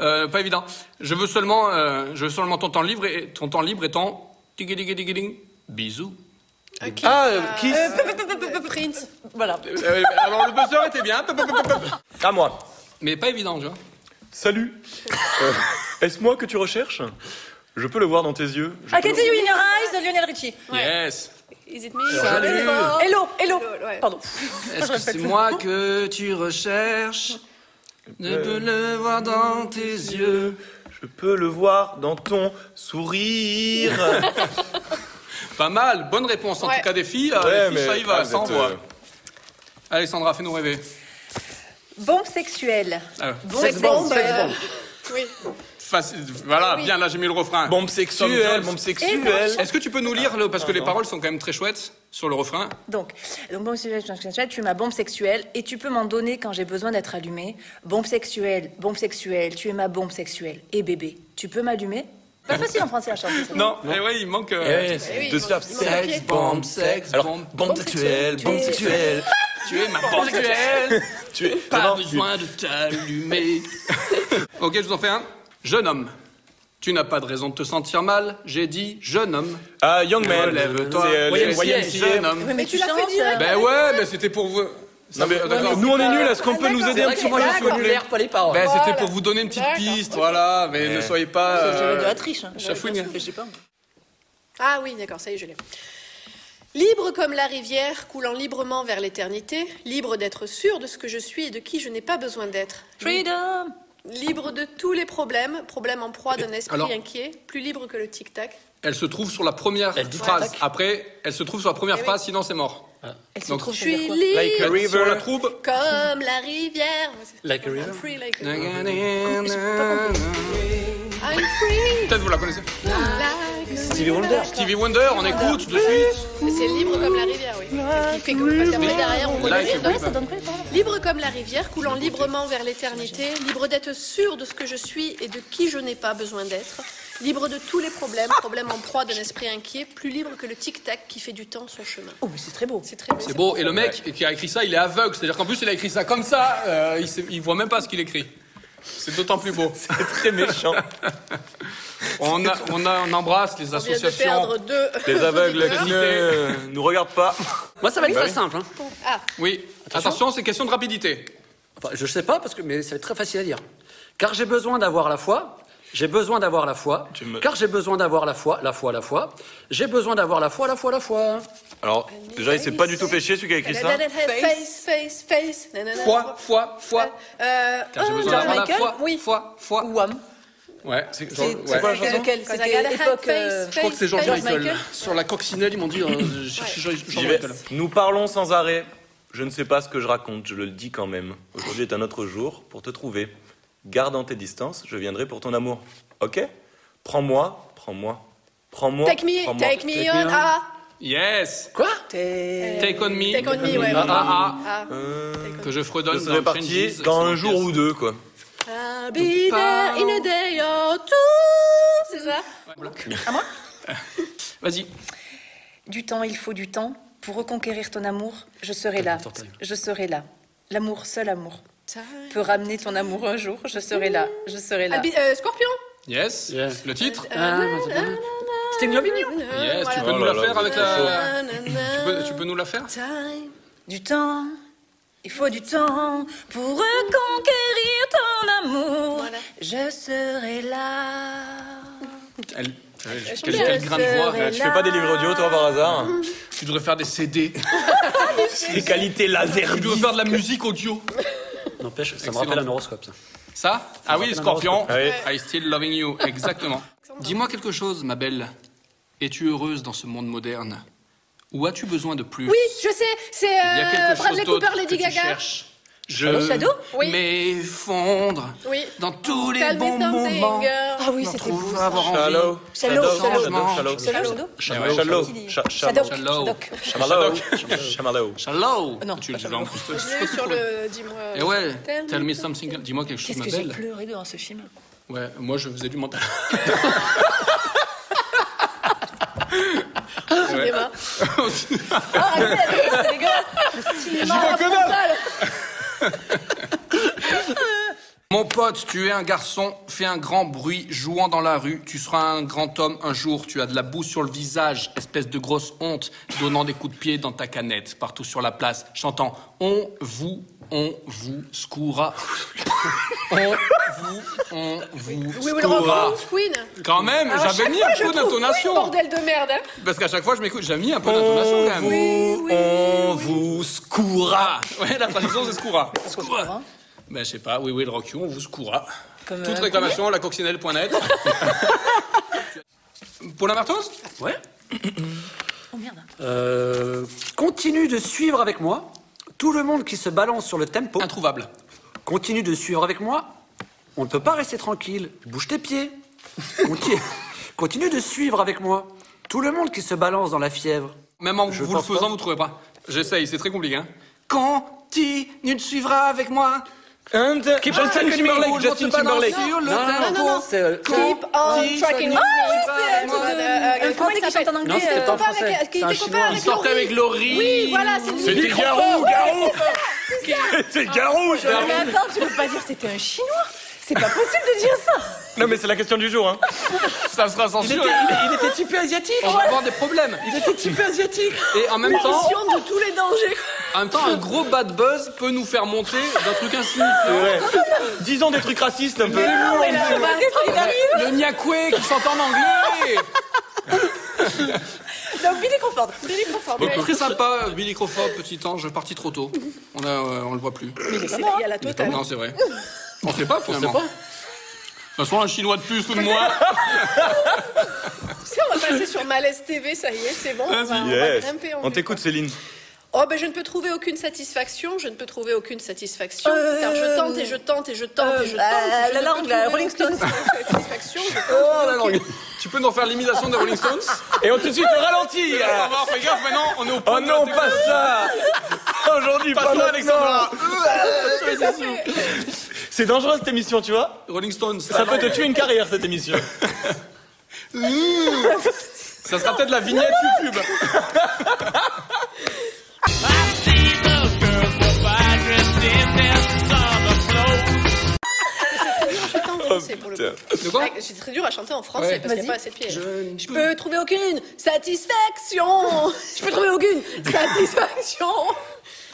Speaker 1: Euh, pas évident. Je veux seulement, euh, je veux seulement ton temps libre et ton temps libre étant. tigidiguidiguiding. Bisous.
Speaker 2: Ok.
Speaker 3: Ah, euh, Kiss
Speaker 2: Euh, Prince.
Speaker 7: Voilà.
Speaker 1: Euh, alors le buzzer était bien. Pop, pop, pop, pop.
Speaker 3: À Ah, moi.
Speaker 1: Mais pas évident, tu vois.
Speaker 3: Salut. Euh, Est-ce moi que tu recherches Je peux le voir dans tes yeux. Je
Speaker 7: I
Speaker 3: peux
Speaker 7: can see you in your eyes de Lionel Richie.
Speaker 1: Yes.
Speaker 2: Is it me?
Speaker 1: Salut.
Speaker 7: Hello, hello.
Speaker 2: Hello, ouais.
Speaker 7: Pardon.
Speaker 1: Est-ce que c'est moi que tu recherches Ne
Speaker 3: Euh.
Speaker 1: peux le voir dans tes yeux.
Speaker 3: le- Je peux le voir dans ton sourire.
Speaker 1: Pas mal, bonne réponse en
Speaker 2: Ouais.
Speaker 1: tout cas des filles. Euh, les filles, ça y
Speaker 3: ah,
Speaker 1: va,
Speaker 3: vous
Speaker 1: ça
Speaker 3: êtes,
Speaker 1: envoie.
Speaker 3: euh,
Speaker 1: Alexandra, fais-nous rêver.
Speaker 7: Bombe sexuelle.
Speaker 1: Alors,
Speaker 7: Bombe
Speaker 2: Sex bomb, euh, Oui.
Speaker 1: facile, voilà,
Speaker 2: Oui.
Speaker 1: bien, là j'ai mis le refrain.
Speaker 3: (laughs) Bombe
Speaker 1: Tom Jones.
Speaker 3: sexuelle, bombe sexuelle.
Speaker 1: Est-ce que tu peux nous lire, le, parce que les paroles sont quand même très chouettes sur le refrain
Speaker 7: Donc, donc bombe sexuelle, bombe sexuelle, tu es ma bombe sexuelle et tu peux m'en donner quand j'ai besoin d'être allumée. Bombe sexuelle, bombe sexuelle, tu es ma bombe sexuelle. Et bébé, tu peux m'allumer Pas facile en français à chanter. ça.
Speaker 1: Non, mais oui, il manque. euh,
Speaker 2: Eh oui,
Speaker 3: Deux
Speaker 2: ils vont-
Speaker 3: syllabes.
Speaker 2: ils vont copier.
Speaker 1: Sex, bombe, sex,
Speaker 3: Alors,
Speaker 1: bombe.
Speaker 3: bombe sexuelle, bombe
Speaker 7: es-
Speaker 3: sexuelle.
Speaker 1: Tu es ma bombe
Speaker 3: (laughs)
Speaker 1: sexuelle,
Speaker 3: Tu es
Speaker 1: pas
Speaker 3: Non,
Speaker 1: besoin de t'allumer. (laughs) ok, je vous en fais un. Jeune homme. Tu n'as pas de raison de te sentir mal, j'ai dit jeune homme.
Speaker 3: Ah, Young Man.
Speaker 1: Relève-toi,
Speaker 3: C'est, euh, les
Speaker 1: YMCA, jeune
Speaker 3: YMCA.
Speaker 1: homme.
Speaker 7: Oui, mais
Speaker 2: tu l'as fait
Speaker 7: chantes,
Speaker 2: direct.
Speaker 7: euh,
Speaker 1: Ben ouais, mais c'était pour vous. Ça
Speaker 3: Non, mais,
Speaker 1: va, Ah, d'accord.
Speaker 3: nous on est nuls, est-ce qu'on
Speaker 7: Ah,
Speaker 3: peut nous
Speaker 7: d'accord,
Speaker 3: aider
Speaker 7: c'est
Speaker 3: un
Speaker 7: vrai
Speaker 3: petit
Speaker 7: que-
Speaker 3: moyen s'il vous
Speaker 7: d'accord.
Speaker 3: plaît
Speaker 6: pas les paroles.
Speaker 1: Ben, c'était
Speaker 2: Voilà.
Speaker 1: pour vous donner une petite
Speaker 2: D'accord.
Speaker 1: piste, voilà, mais ne soyez pas.
Speaker 7: C'est
Speaker 1: euh,
Speaker 7: de la triche. hein.
Speaker 1: chafouine.
Speaker 7: Je sais pas.
Speaker 2: Ah oui, d'accord, ça y est, je l'ai. Libre comme la rivière, coulant librement vers l'éternité, libre d'être sûr de ce que je suis et de qui je n'ai pas besoin d'être.
Speaker 7: Freedom.
Speaker 2: Libre de tous les problèmes, problème en proie d'un esprit
Speaker 1: alors-
Speaker 2: inquiet, plus libre que le tic-tac.
Speaker 1: Elle se trouve sur la première
Speaker 6: Elle dit
Speaker 1: phrase.
Speaker 6: tac.
Speaker 1: Après, elle se trouve sur la première
Speaker 2: Eh oui.
Speaker 1: phrase, sinon c'est mort.
Speaker 7: Elle se
Speaker 1: Donc,
Speaker 7: trouve
Speaker 2: Je suis
Speaker 7: sur
Speaker 2: libre
Speaker 3: Like a
Speaker 1: Si on la
Speaker 3: river.
Speaker 1: trouve.
Speaker 2: comme la rivière.
Speaker 6: Like a river.
Speaker 2: I'm free like a-
Speaker 1: Peut-être
Speaker 2: I'm free
Speaker 1: vous la connaissez.
Speaker 2: like
Speaker 6: Stevie Wonder.
Speaker 1: Stevie Wonder, on écoute tout de suite.
Speaker 2: Mais c'est libre comme la rivière, oui. C'est qui fait comme parce qu'après, derrière, on
Speaker 1: Là, il fait
Speaker 2: regarde.
Speaker 1: bruit,
Speaker 7: Ouais, ça donne pas le temps.
Speaker 2: Libre comme la rivière, coulant librement vers l'éternité, libre d'être sûr de ce que je suis et de qui je n'ai pas besoin d'être, libre de tous les problèmes, problème en proie d'un esprit inquiet, plus libre que le tic-tac qui fait du temps son chemin.
Speaker 7: Oh, mais c'est très beau.
Speaker 2: C'est très beau.
Speaker 1: C'est beau. Et le mec qui a écrit ça, il est aveugle. C'est-à-dire qu'en plus, il a écrit ça comme ça. euh, il, sait- il voit même pas ce qu'il écrit. C'est d'autant plus beau.
Speaker 3: C'est très méchant.
Speaker 1: On, a- on, a- on embrasse les
Speaker 2: On vient de
Speaker 1: associations.
Speaker 2: perdre deux. (laughs)
Speaker 3: Les aveugles
Speaker 2: auditeurs.
Speaker 3: qui ne nous regardent pas.
Speaker 6: Moi, ça va être
Speaker 3: Bah
Speaker 6: très
Speaker 3: oui.
Speaker 6: simple. hein.
Speaker 2: Ah,
Speaker 1: Oui. Attention, c'est question de rapidité.
Speaker 6: Enfin, je sais pas, parce que, mais ça va être très facile à dire. Car j'ai besoin d'avoir la foi. J'ai besoin d'avoir la foi.
Speaker 3: Tu me-
Speaker 6: Car j'ai besoin d'avoir la foi, la foi, la foi. J'ai besoin d'avoir la foi, la foi, la foi.
Speaker 3: Alors, déjà, il s'est pas du tout fait chier, celui qui a écrit ça.
Speaker 2: face, face, face. nanana.
Speaker 1: Fois, fois, fois.
Speaker 2: Euh,
Speaker 1: Car j'ai
Speaker 2: oh,
Speaker 1: besoin
Speaker 2: George
Speaker 1: d'avoir la
Speaker 2: Michael,
Speaker 1: foi,
Speaker 2: oui.
Speaker 1: foi, foi.
Speaker 7: Ou homme.
Speaker 1: Ouais, c'est
Speaker 7: C'est
Speaker 1: George-
Speaker 7: c'est
Speaker 1: ouais.
Speaker 7: c'était lequel
Speaker 2: Cause I
Speaker 7: C'était
Speaker 2: gotta have
Speaker 7: époque.
Speaker 2: faith,
Speaker 7: euh,
Speaker 1: Je crois que c'est George,
Speaker 2: George
Speaker 1: Michael.
Speaker 7: Michael.
Speaker 1: Sur la coccinelle, ils m'ont dit euh, je cherche George
Speaker 3: J'y
Speaker 1: George
Speaker 3: vais.
Speaker 1: Michael.
Speaker 3: Nous parlons sans arrêt. Je ne sais pas ce que je raconte, je le dis quand même. Aujourd'hui est un autre jour pour te trouver. Gardant tes distances, je viendrai pour ton amour. Ok Prends-moi, prends-moi, prends-moi.
Speaker 2: Take me,
Speaker 3: prends-moi.
Speaker 2: take me on. Ah,
Speaker 1: Yes
Speaker 6: Quoi
Speaker 1: Take on me.
Speaker 2: take on me, ouais.
Speaker 1: Ah, ah,
Speaker 2: Ah.
Speaker 3: Euh,
Speaker 1: ah. Que je fredonne
Speaker 3: Je serai
Speaker 1: dans
Speaker 3: parti
Speaker 1: Changes,
Speaker 3: dans
Speaker 1: excellente
Speaker 3: un jour
Speaker 1: pièce.
Speaker 3: ou deux, quoi.
Speaker 2: I'll be there in a day or two. C'est ça
Speaker 7: Euh,
Speaker 1: Vas-y.
Speaker 7: Du temps, il faut du temps. Pour reconquérir ton amour, je serai là. Je serai là. L'amour, seul amour. Peut ramener ton amour un jour, je serai là. Je serai là.
Speaker 2: Ah, bi- euh, Scorpion Euh,
Speaker 1: Yes.
Speaker 6: Yeah.
Speaker 1: Le titre
Speaker 6: Ah, C'était une globine
Speaker 1: Yes, tu peux
Speaker 3: Oh
Speaker 1: nous la
Speaker 3: là là,
Speaker 1: faire
Speaker 3: vous
Speaker 1: avec
Speaker 2: Euh,
Speaker 3: êtes trop
Speaker 1: la. Tu peux, tu peux nous la faire
Speaker 7: Du temps, il faut du temps pour reconquérir ton amour. Je serai là.
Speaker 1: Elle- elle- Quel, quel grain de voix
Speaker 7: serai
Speaker 1: elle-
Speaker 3: Tu fais pas des livres audio, toi, par hasard
Speaker 1: Tu devrais faire des
Speaker 2: (laughs)
Speaker 1: CD.
Speaker 3: Les qualités laser.
Speaker 1: tu devrais faire de la musique audio.
Speaker 6: N'empêche, ça
Speaker 1: Excellent.
Speaker 6: me rappelle un horoscope. Ça.
Speaker 1: Ça Ah oui,
Speaker 6: rappelle un
Speaker 1: Scorpion.
Speaker 3: Ah oui.
Speaker 1: I still loving you. Exactement. Dis-moi quelque chose, ma belle. Es-tu heureuse dans ce monde moderne Ou as-tu besoin de plus
Speaker 2: Oui, je sais, c'est
Speaker 1: Il y a quelque
Speaker 2: euh,
Speaker 1: chose
Speaker 2: Bradley
Speaker 1: d'autre
Speaker 2: Cooper,
Speaker 1: que
Speaker 2: Lady
Speaker 1: tu
Speaker 2: Gaga.
Speaker 1: cherches. Je
Speaker 2: Allô, Shadow Oui.
Speaker 1: m'effondre
Speaker 2: Oui. Oh,
Speaker 1: dans tous les
Speaker 2: Tell me
Speaker 1: bons
Speaker 2: something,
Speaker 1: moments.
Speaker 2: girl.
Speaker 7: Ah oui,
Speaker 1: J'en
Speaker 7: c'était
Speaker 1: trouve
Speaker 7: beau. ça.
Speaker 1: avoir envie.
Speaker 3: Shallow.
Speaker 7: Shallow, shallow,
Speaker 1: shallow,
Speaker 3: Shallow.
Speaker 7: Shallow, Shadow
Speaker 1: Ouais,
Speaker 3: Shallow.
Speaker 7: Shadow.
Speaker 3: Sha- Shallow.
Speaker 7: Shadow.
Speaker 1: Shallow.
Speaker 7: Shadow.
Speaker 3: Shallow. Shallow.
Speaker 2: Oh,
Speaker 1: Shallow.
Speaker 7: Non,
Speaker 1: tu
Speaker 7: pas
Speaker 1: tu
Speaker 7: Shallow.
Speaker 1: l'as en plus.
Speaker 2: Je l'ai
Speaker 1: (laughs)
Speaker 2: sur le. Dis-moi.
Speaker 1: Et Eh ouais,
Speaker 2: Tell
Speaker 1: tell
Speaker 2: me
Speaker 1: me something. else. Dis-moi quelque chose,
Speaker 7: Qu'est-ce
Speaker 1: ma
Speaker 7: que j'ai
Speaker 1: belle.
Speaker 7: pleuré dans ce film
Speaker 1: Ouais, moi je faisais du mental.
Speaker 2: cinéma. Ah,
Speaker 1: Mon pote, tu es un garçon, fais un grand bruit, jouant dans la rue. Tu seras un grand homme un jour. Tu as de la boue sur le visage, espèce de grosse honte, donnant des coups de pied dans ta canette, partout sur la place, chantant On vous, on vous,
Speaker 2: (laughs)
Speaker 1: Skoura. on vous, on vous,
Speaker 2: We will
Speaker 1: Skoura.
Speaker 2: rock Queen.
Speaker 1: Quand même,
Speaker 2: Alors, Ah, à
Speaker 1: j'avais
Speaker 2: chaque
Speaker 1: mis
Speaker 2: fois,
Speaker 1: un
Speaker 2: je
Speaker 1: peu
Speaker 2: trouve Queen,
Speaker 1: d'intonation.
Speaker 2: bordel de merde. hein.
Speaker 1: Parce qu'à chaque fois, je m'écoute, j'ai mis un peu d'intonation quand même.
Speaker 3: Vous, on vous
Speaker 1: Skoura. Ouais, la traduction c'est Skoura.
Speaker 7: Skoura
Speaker 1: Skoura. Ben je sais pas, oui, oui, le rock you, on vous Skoura.
Speaker 7: Comme,
Speaker 1: Toute
Speaker 7: euh,
Speaker 1: réclamation, la coccinelle.net. Pour la martose
Speaker 6: Ouais.
Speaker 7: Oh merde.
Speaker 6: Euh, continue de suivre avec moi. Tout le monde qui se balance sur le tempo.
Speaker 1: Introuvable.
Speaker 6: Continue de suivre avec moi. On ne peut pas rester tranquille. Bouge tes pieds. Continue, continue de suivre avec moi. Tout le monde qui se balance dans la fièvre.
Speaker 1: Même en
Speaker 6: Je
Speaker 1: vous le
Speaker 6: pense pas.
Speaker 1: faisant, vous trouvez pas. J'essaye, c'est très compliqué. Hein. Continue de suivre avec moi.
Speaker 3: And
Speaker 1: Ah,
Speaker 3: Justin Timberlake, Justin Timberlake.
Speaker 1: Sur le
Speaker 6: non,
Speaker 1: tempo.
Speaker 6: non, non, c'est, euh,
Speaker 2: Keep
Speaker 1: Ah,
Speaker 2: on tracking. Ah,
Speaker 1: Avec moi.
Speaker 2: Euh,
Speaker 7: Comment il
Speaker 2: qui
Speaker 7: s'appelle en
Speaker 2: s'appelle
Speaker 6: Non,
Speaker 7: anglais
Speaker 6: c'était
Speaker 7: euh,
Speaker 6: pas en
Speaker 2: copain avec-
Speaker 6: français.
Speaker 2: qui
Speaker 6: C'est un
Speaker 2: était copain
Speaker 6: chinois.
Speaker 1: Il
Speaker 2: avec
Speaker 1: sortait avec Laurie.
Speaker 2: Oui, voilà, c'est lui.
Speaker 3: C'était Garou, Garou C'était
Speaker 9: Ah
Speaker 3: Garou,
Speaker 7: Non,
Speaker 3: Garou
Speaker 7: Mais attends, tu peux pas dire c'était un chinois C'est pas possible de dire ça
Speaker 3: Non, mais c'est la question du jour, hein.
Speaker 1: Ça sera censuré.
Speaker 6: Il était typé asiatique.
Speaker 1: On va avoir des problèmes.
Speaker 6: Il était typé asiatique.
Speaker 1: Et en même temps,
Speaker 2: Conscient de tous les dangers.
Speaker 1: en même temps, un gros bad buzz peut nous faire monter d'un truc insignifiant.
Speaker 3: Ouais. Disons des trucs racistes un peu.
Speaker 1: Le Niakwe qui s'entend en anglais.
Speaker 7: Donc Billy Crawford. Billy Crawford.
Speaker 1: Donc, très sympa, Billy Crawford, petit ange, parti trop tôt. On, a, euh, on le voit plus.
Speaker 2: C'est lié à la totale.
Speaker 1: Non, c'est vrai. On sait pas, finalement. De toute façon, un chinois de plus ou de
Speaker 3: (laughs)
Speaker 1: moins.
Speaker 2: Tu sais, on va passer sur Malaise TV, ça y est, c'est bon. On va, on va
Speaker 3: Yes.
Speaker 2: grimper,
Speaker 3: On t'écoute, Céline.
Speaker 2: Oh ben je ne peux trouver aucune satisfaction, je ne peux trouver aucune satisfaction, car je tente et je tente et je tente et je tente.
Speaker 7: euh,
Speaker 2: je
Speaker 7: la
Speaker 2: ne
Speaker 7: langue,
Speaker 2: peux
Speaker 7: la
Speaker 2: trouver
Speaker 7: Rolling
Speaker 2: aucune
Speaker 7: Stones.
Speaker 2: Satisfaction,
Speaker 7: (laughs)
Speaker 2: je peux-
Speaker 1: Oh la langue Tu peux nous faire l'imitation des Rolling
Speaker 3: (laughs)
Speaker 1: Stones
Speaker 3: Et on tout de suite le ralentit
Speaker 1: On va voir, fais gaffe maintenant, on est au point
Speaker 3: euh. Oh
Speaker 1: de
Speaker 3: non,
Speaker 1: la
Speaker 3: pas ça Aujourd'hui, pas,
Speaker 1: Pas toi,
Speaker 3: maintenant.
Speaker 1: Alexandra.
Speaker 3: C'est dangereux cette émission, tu vois
Speaker 1: Rolling Stones,
Speaker 3: Ça peut te tuer une carrière cette émission.
Speaker 1: ça sera peut-être la vignette YouTube.
Speaker 2: je tente en français pour le coup.
Speaker 1: De quoi
Speaker 2: Ah, C'est très dur à chanter en français
Speaker 1: Ouais.
Speaker 2: parce qu'il n'y
Speaker 7: Vas-y.
Speaker 2: a pas assez de pieds.
Speaker 1: Je ne
Speaker 2: Je peux trouver aucune
Speaker 7: (laughs)
Speaker 2: satisfaction. Je peux trouver aucune satisfaction.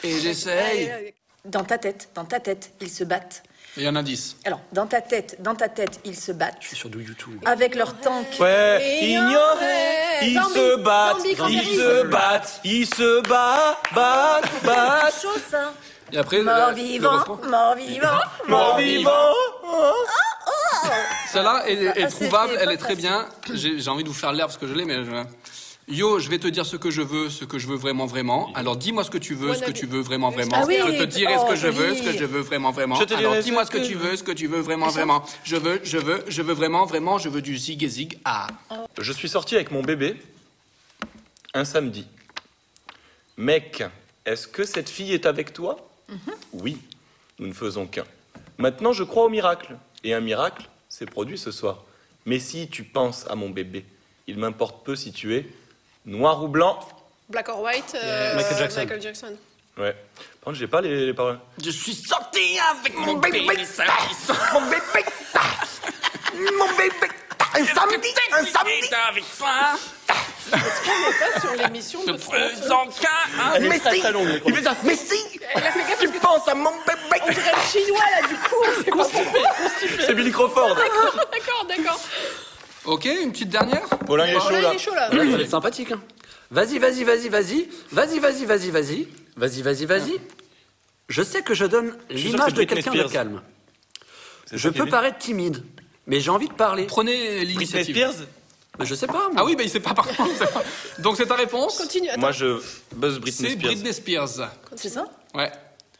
Speaker 1: Et j'essaye.
Speaker 7: Dans ta tête, dans ta tête, ils se battent.
Speaker 1: Et un indice.
Speaker 7: Alors, dans ta tête, dans ta tête, ils se battent.
Speaker 6: Sur du YouTube.
Speaker 7: Avec leur tank.
Speaker 3: Ouais,
Speaker 2: Et
Speaker 3: ignorés,
Speaker 2: ignorés.
Speaker 3: ils
Speaker 2: Zombie,
Speaker 3: Euh, se battent,
Speaker 2: zombie, grand
Speaker 3: ils
Speaker 2: péril.
Speaker 3: se battent, ils se battent, battent, battent,
Speaker 7: Ah, Chaud, ça.
Speaker 1: Et après,
Speaker 7: Mort
Speaker 1: la- le
Speaker 7: vivant,
Speaker 1: refrain.
Speaker 7: mort vivant.
Speaker 3: mort vivant.
Speaker 1: Celle-là est, est
Speaker 7: Ah, c'était
Speaker 1: trouvable,
Speaker 7: pas
Speaker 1: elle est très
Speaker 7: facile.
Speaker 1: bien. J'ai j'ai envie de vous faire l'air parce que je l'ai, mais je- Yo, je vais te dire ce que je veux, ce que je veux vraiment, vraiment. Alors dis-moi ce que tu veux,
Speaker 2: Bon
Speaker 1: ce que
Speaker 2: avis.
Speaker 1: tu veux vraiment, vraiment.
Speaker 7: Ah oui,
Speaker 1: je te dirai ce
Speaker 7: oh
Speaker 1: que je veux,
Speaker 7: oui.
Speaker 1: ce que je veux vraiment, vraiment.
Speaker 3: Je te
Speaker 1: Alors
Speaker 3: dirai
Speaker 1: dis-moi
Speaker 3: ce
Speaker 1: ce que
Speaker 3: que-
Speaker 1: tu veux, ce que tu veux vraiment, vraiment. Je veux, je veux, je veux vraiment, vraiment, je veux du zig et zig. Ah.
Speaker 3: Je suis sorti avec mon bébé un samedi. Mec, est-ce que cette fille est avec toi
Speaker 6: Mm-hmm.
Speaker 3: Oui, nous ne faisons qu'un. Maintenant, je crois au miracle. Et un miracle s'est produit ce soir. Mais si tu penses à mon bébé, il m'importe peu si tu es noir ou blanc.
Speaker 2: Black or white. euh,
Speaker 10: Michael Jackson.
Speaker 2: Michael Jackson.
Speaker 3: Ouais. Par contre, j'ai pas les, les paroles.
Speaker 1: Je suis sorti avec mon bébé. ça-
Speaker 9: Mon bébé Mon bébé Un samedi Un samedi
Speaker 1: T'es avec toi,
Speaker 2: Pas sur l'émission de France.
Speaker 1: faisant qu'un, hein.
Speaker 9: Mais si Mais si Tu penses à mon bébé
Speaker 2: Chinois là du coup. c'est pas pour-
Speaker 3: C'est Billy Crawford.
Speaker 2: D'accord, d'accord.
Speaker 1: Ok, une petite dernière.
Speaker 3: Olin, Ah, il est
Speaker 2: Oh
Speaker 3: chaud
Speaker 2: là,
Speaker 3: là.
Speaker 2: il est chaud là.
Speaker 6: Là, ça va être sympathique. Hein. Vas-y, vas-y, vas-y, vas-y. Vas-y, vas-y, vas-y, vas-y. Vas-y, vas-y, vas-y. Je sais que je donne
Speaker 3: suis sûr
Speaker 6: l'image
Speaker 3: que
Speaker 6: de
Speaker 3: c'est Britney
Speaker 6: quelqu'un de
Speaker 3: Spears.
Speaker 6: calme.
Speaker 3: C'est
Speaker 6: Je
Speaker 3: ça,
Speaker 6: peux
Speaker 3: Kevin
Speaker 6: paraître timide, mais j'ai envie de parler.
Speaker 1: Prenez
Speaker 3: Britney
Speaker 1: l'initiative.
Speaker 3: Spears
Speaker 6: Mais je sais pas. moi.
Speaker 1: Ah oui, mais il sait pas par contre. Donc c'est ta réponse.
Speaker 2: Continue. attends.
Speaker 3: Moi, je buzz Britney
Speaker 1: C'est
Speaker 3: Spears.
Speaker 1: Britney Spears.
Speaker 7: C'est ça
Speaker 1: Ouais.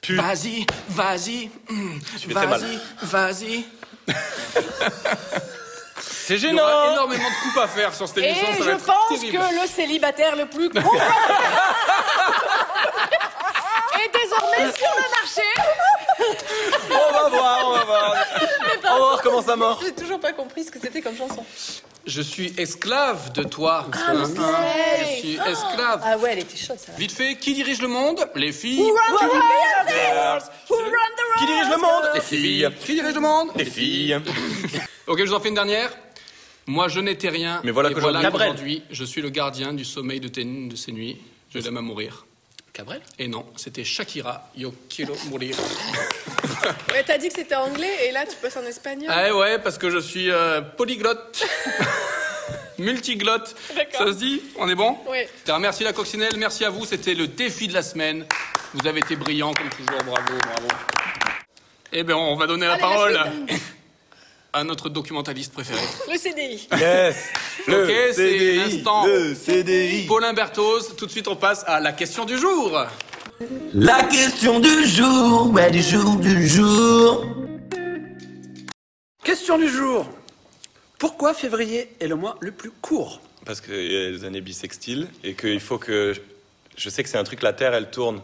Speaker 1: Vas-y, vas-y, mm,
Speaker 3: fais très mal.
Speaker 1: vas-y, vas-y. (laughs)
Speaker 3: C'est
Speaker 1: Il y aura
Speaker 3: gênant.
Speaker 1: énormément de coupes à faire sur cette
Speaker 7: Et
Speaker 1: émission. ça va
Speaker 7: je
Speaker 1: être
Speaker 7: pense
Speaker 1: terrible.
Speaker 7: que le célibataire le plus con est désormais sur le marché.
Speaker 3: On va voir, on va voir. On va voir Oh, comment ça mord.
Speaker 7: J'ai toujours pas compris ce que c'était comme chanson.
Speaker 1: Je suis esclave de toi. Je suis esclave.
Speaker 7: Ah ouais, elle était chaude ça.
Speaker 1: Vite fait, qui dirige le monde Les filles.
Speaker 3: Qui dirige le monde Les
Speaker 1: Qui dirige le monde
Speaker 3: Les filles.
Speaker 1: Ok, je vous en fais une dernière. Moi, je n'étais rien.
Speaker 3: Mais voilà
Speaker 1: et
Speaker 3: qu'aujourd'hui- Cabrel.
Speaker 1: qu'aujourd'hui, je suis le gardien du sommeil de, tes- de ces nuits. Je l'aime à mourir.
Speaker 6: Cabrel
Speaker 1: Et non, c'était Shakira. Yo quiero mourir.
Speaker 2: Ouais, T'as dit que c'était anglais et là tu passes en espagnol.
Speaker 1: Ah ouais, parce que je suis euh, polyglotte.
Speaker 2: (laughs)
Speaker 1: Multiglotte. Ça
Speaker 2: D'accord.
Speaker 1: se dit On est bon
Speaker 2: Oui.
Speaker 1: Alors, Merci la coccinelle, merci à vous. C'était le défi de la semaine. Vous avez été brillants comme toujours. Bravo, bravo. Eh bien, on va donner la
Speaker 2: Allez, la
Speaker 1: parole à notre documentaliste préféré.
Speaker 2: Le CDI.
Speaker 3: Yes. Le
Speaker 1: Ok, c'est
Speaker 3: CDI,
Speaker 1: l'instant.
Speaker 3: Le CDI.
Speaker 1: Paulin Berthoz, tout de suite on passe à la question du jour.
Speaker 9: La question du jour Ouais, du jour, du jour
Speaker 6: Question du jour. Pourquoi février est le mois le plus court
Speaker 3: Parce qu'il y a les années bissextiles et qu'il faut que. Je sais que c'est un truc, la Terre, elle tourne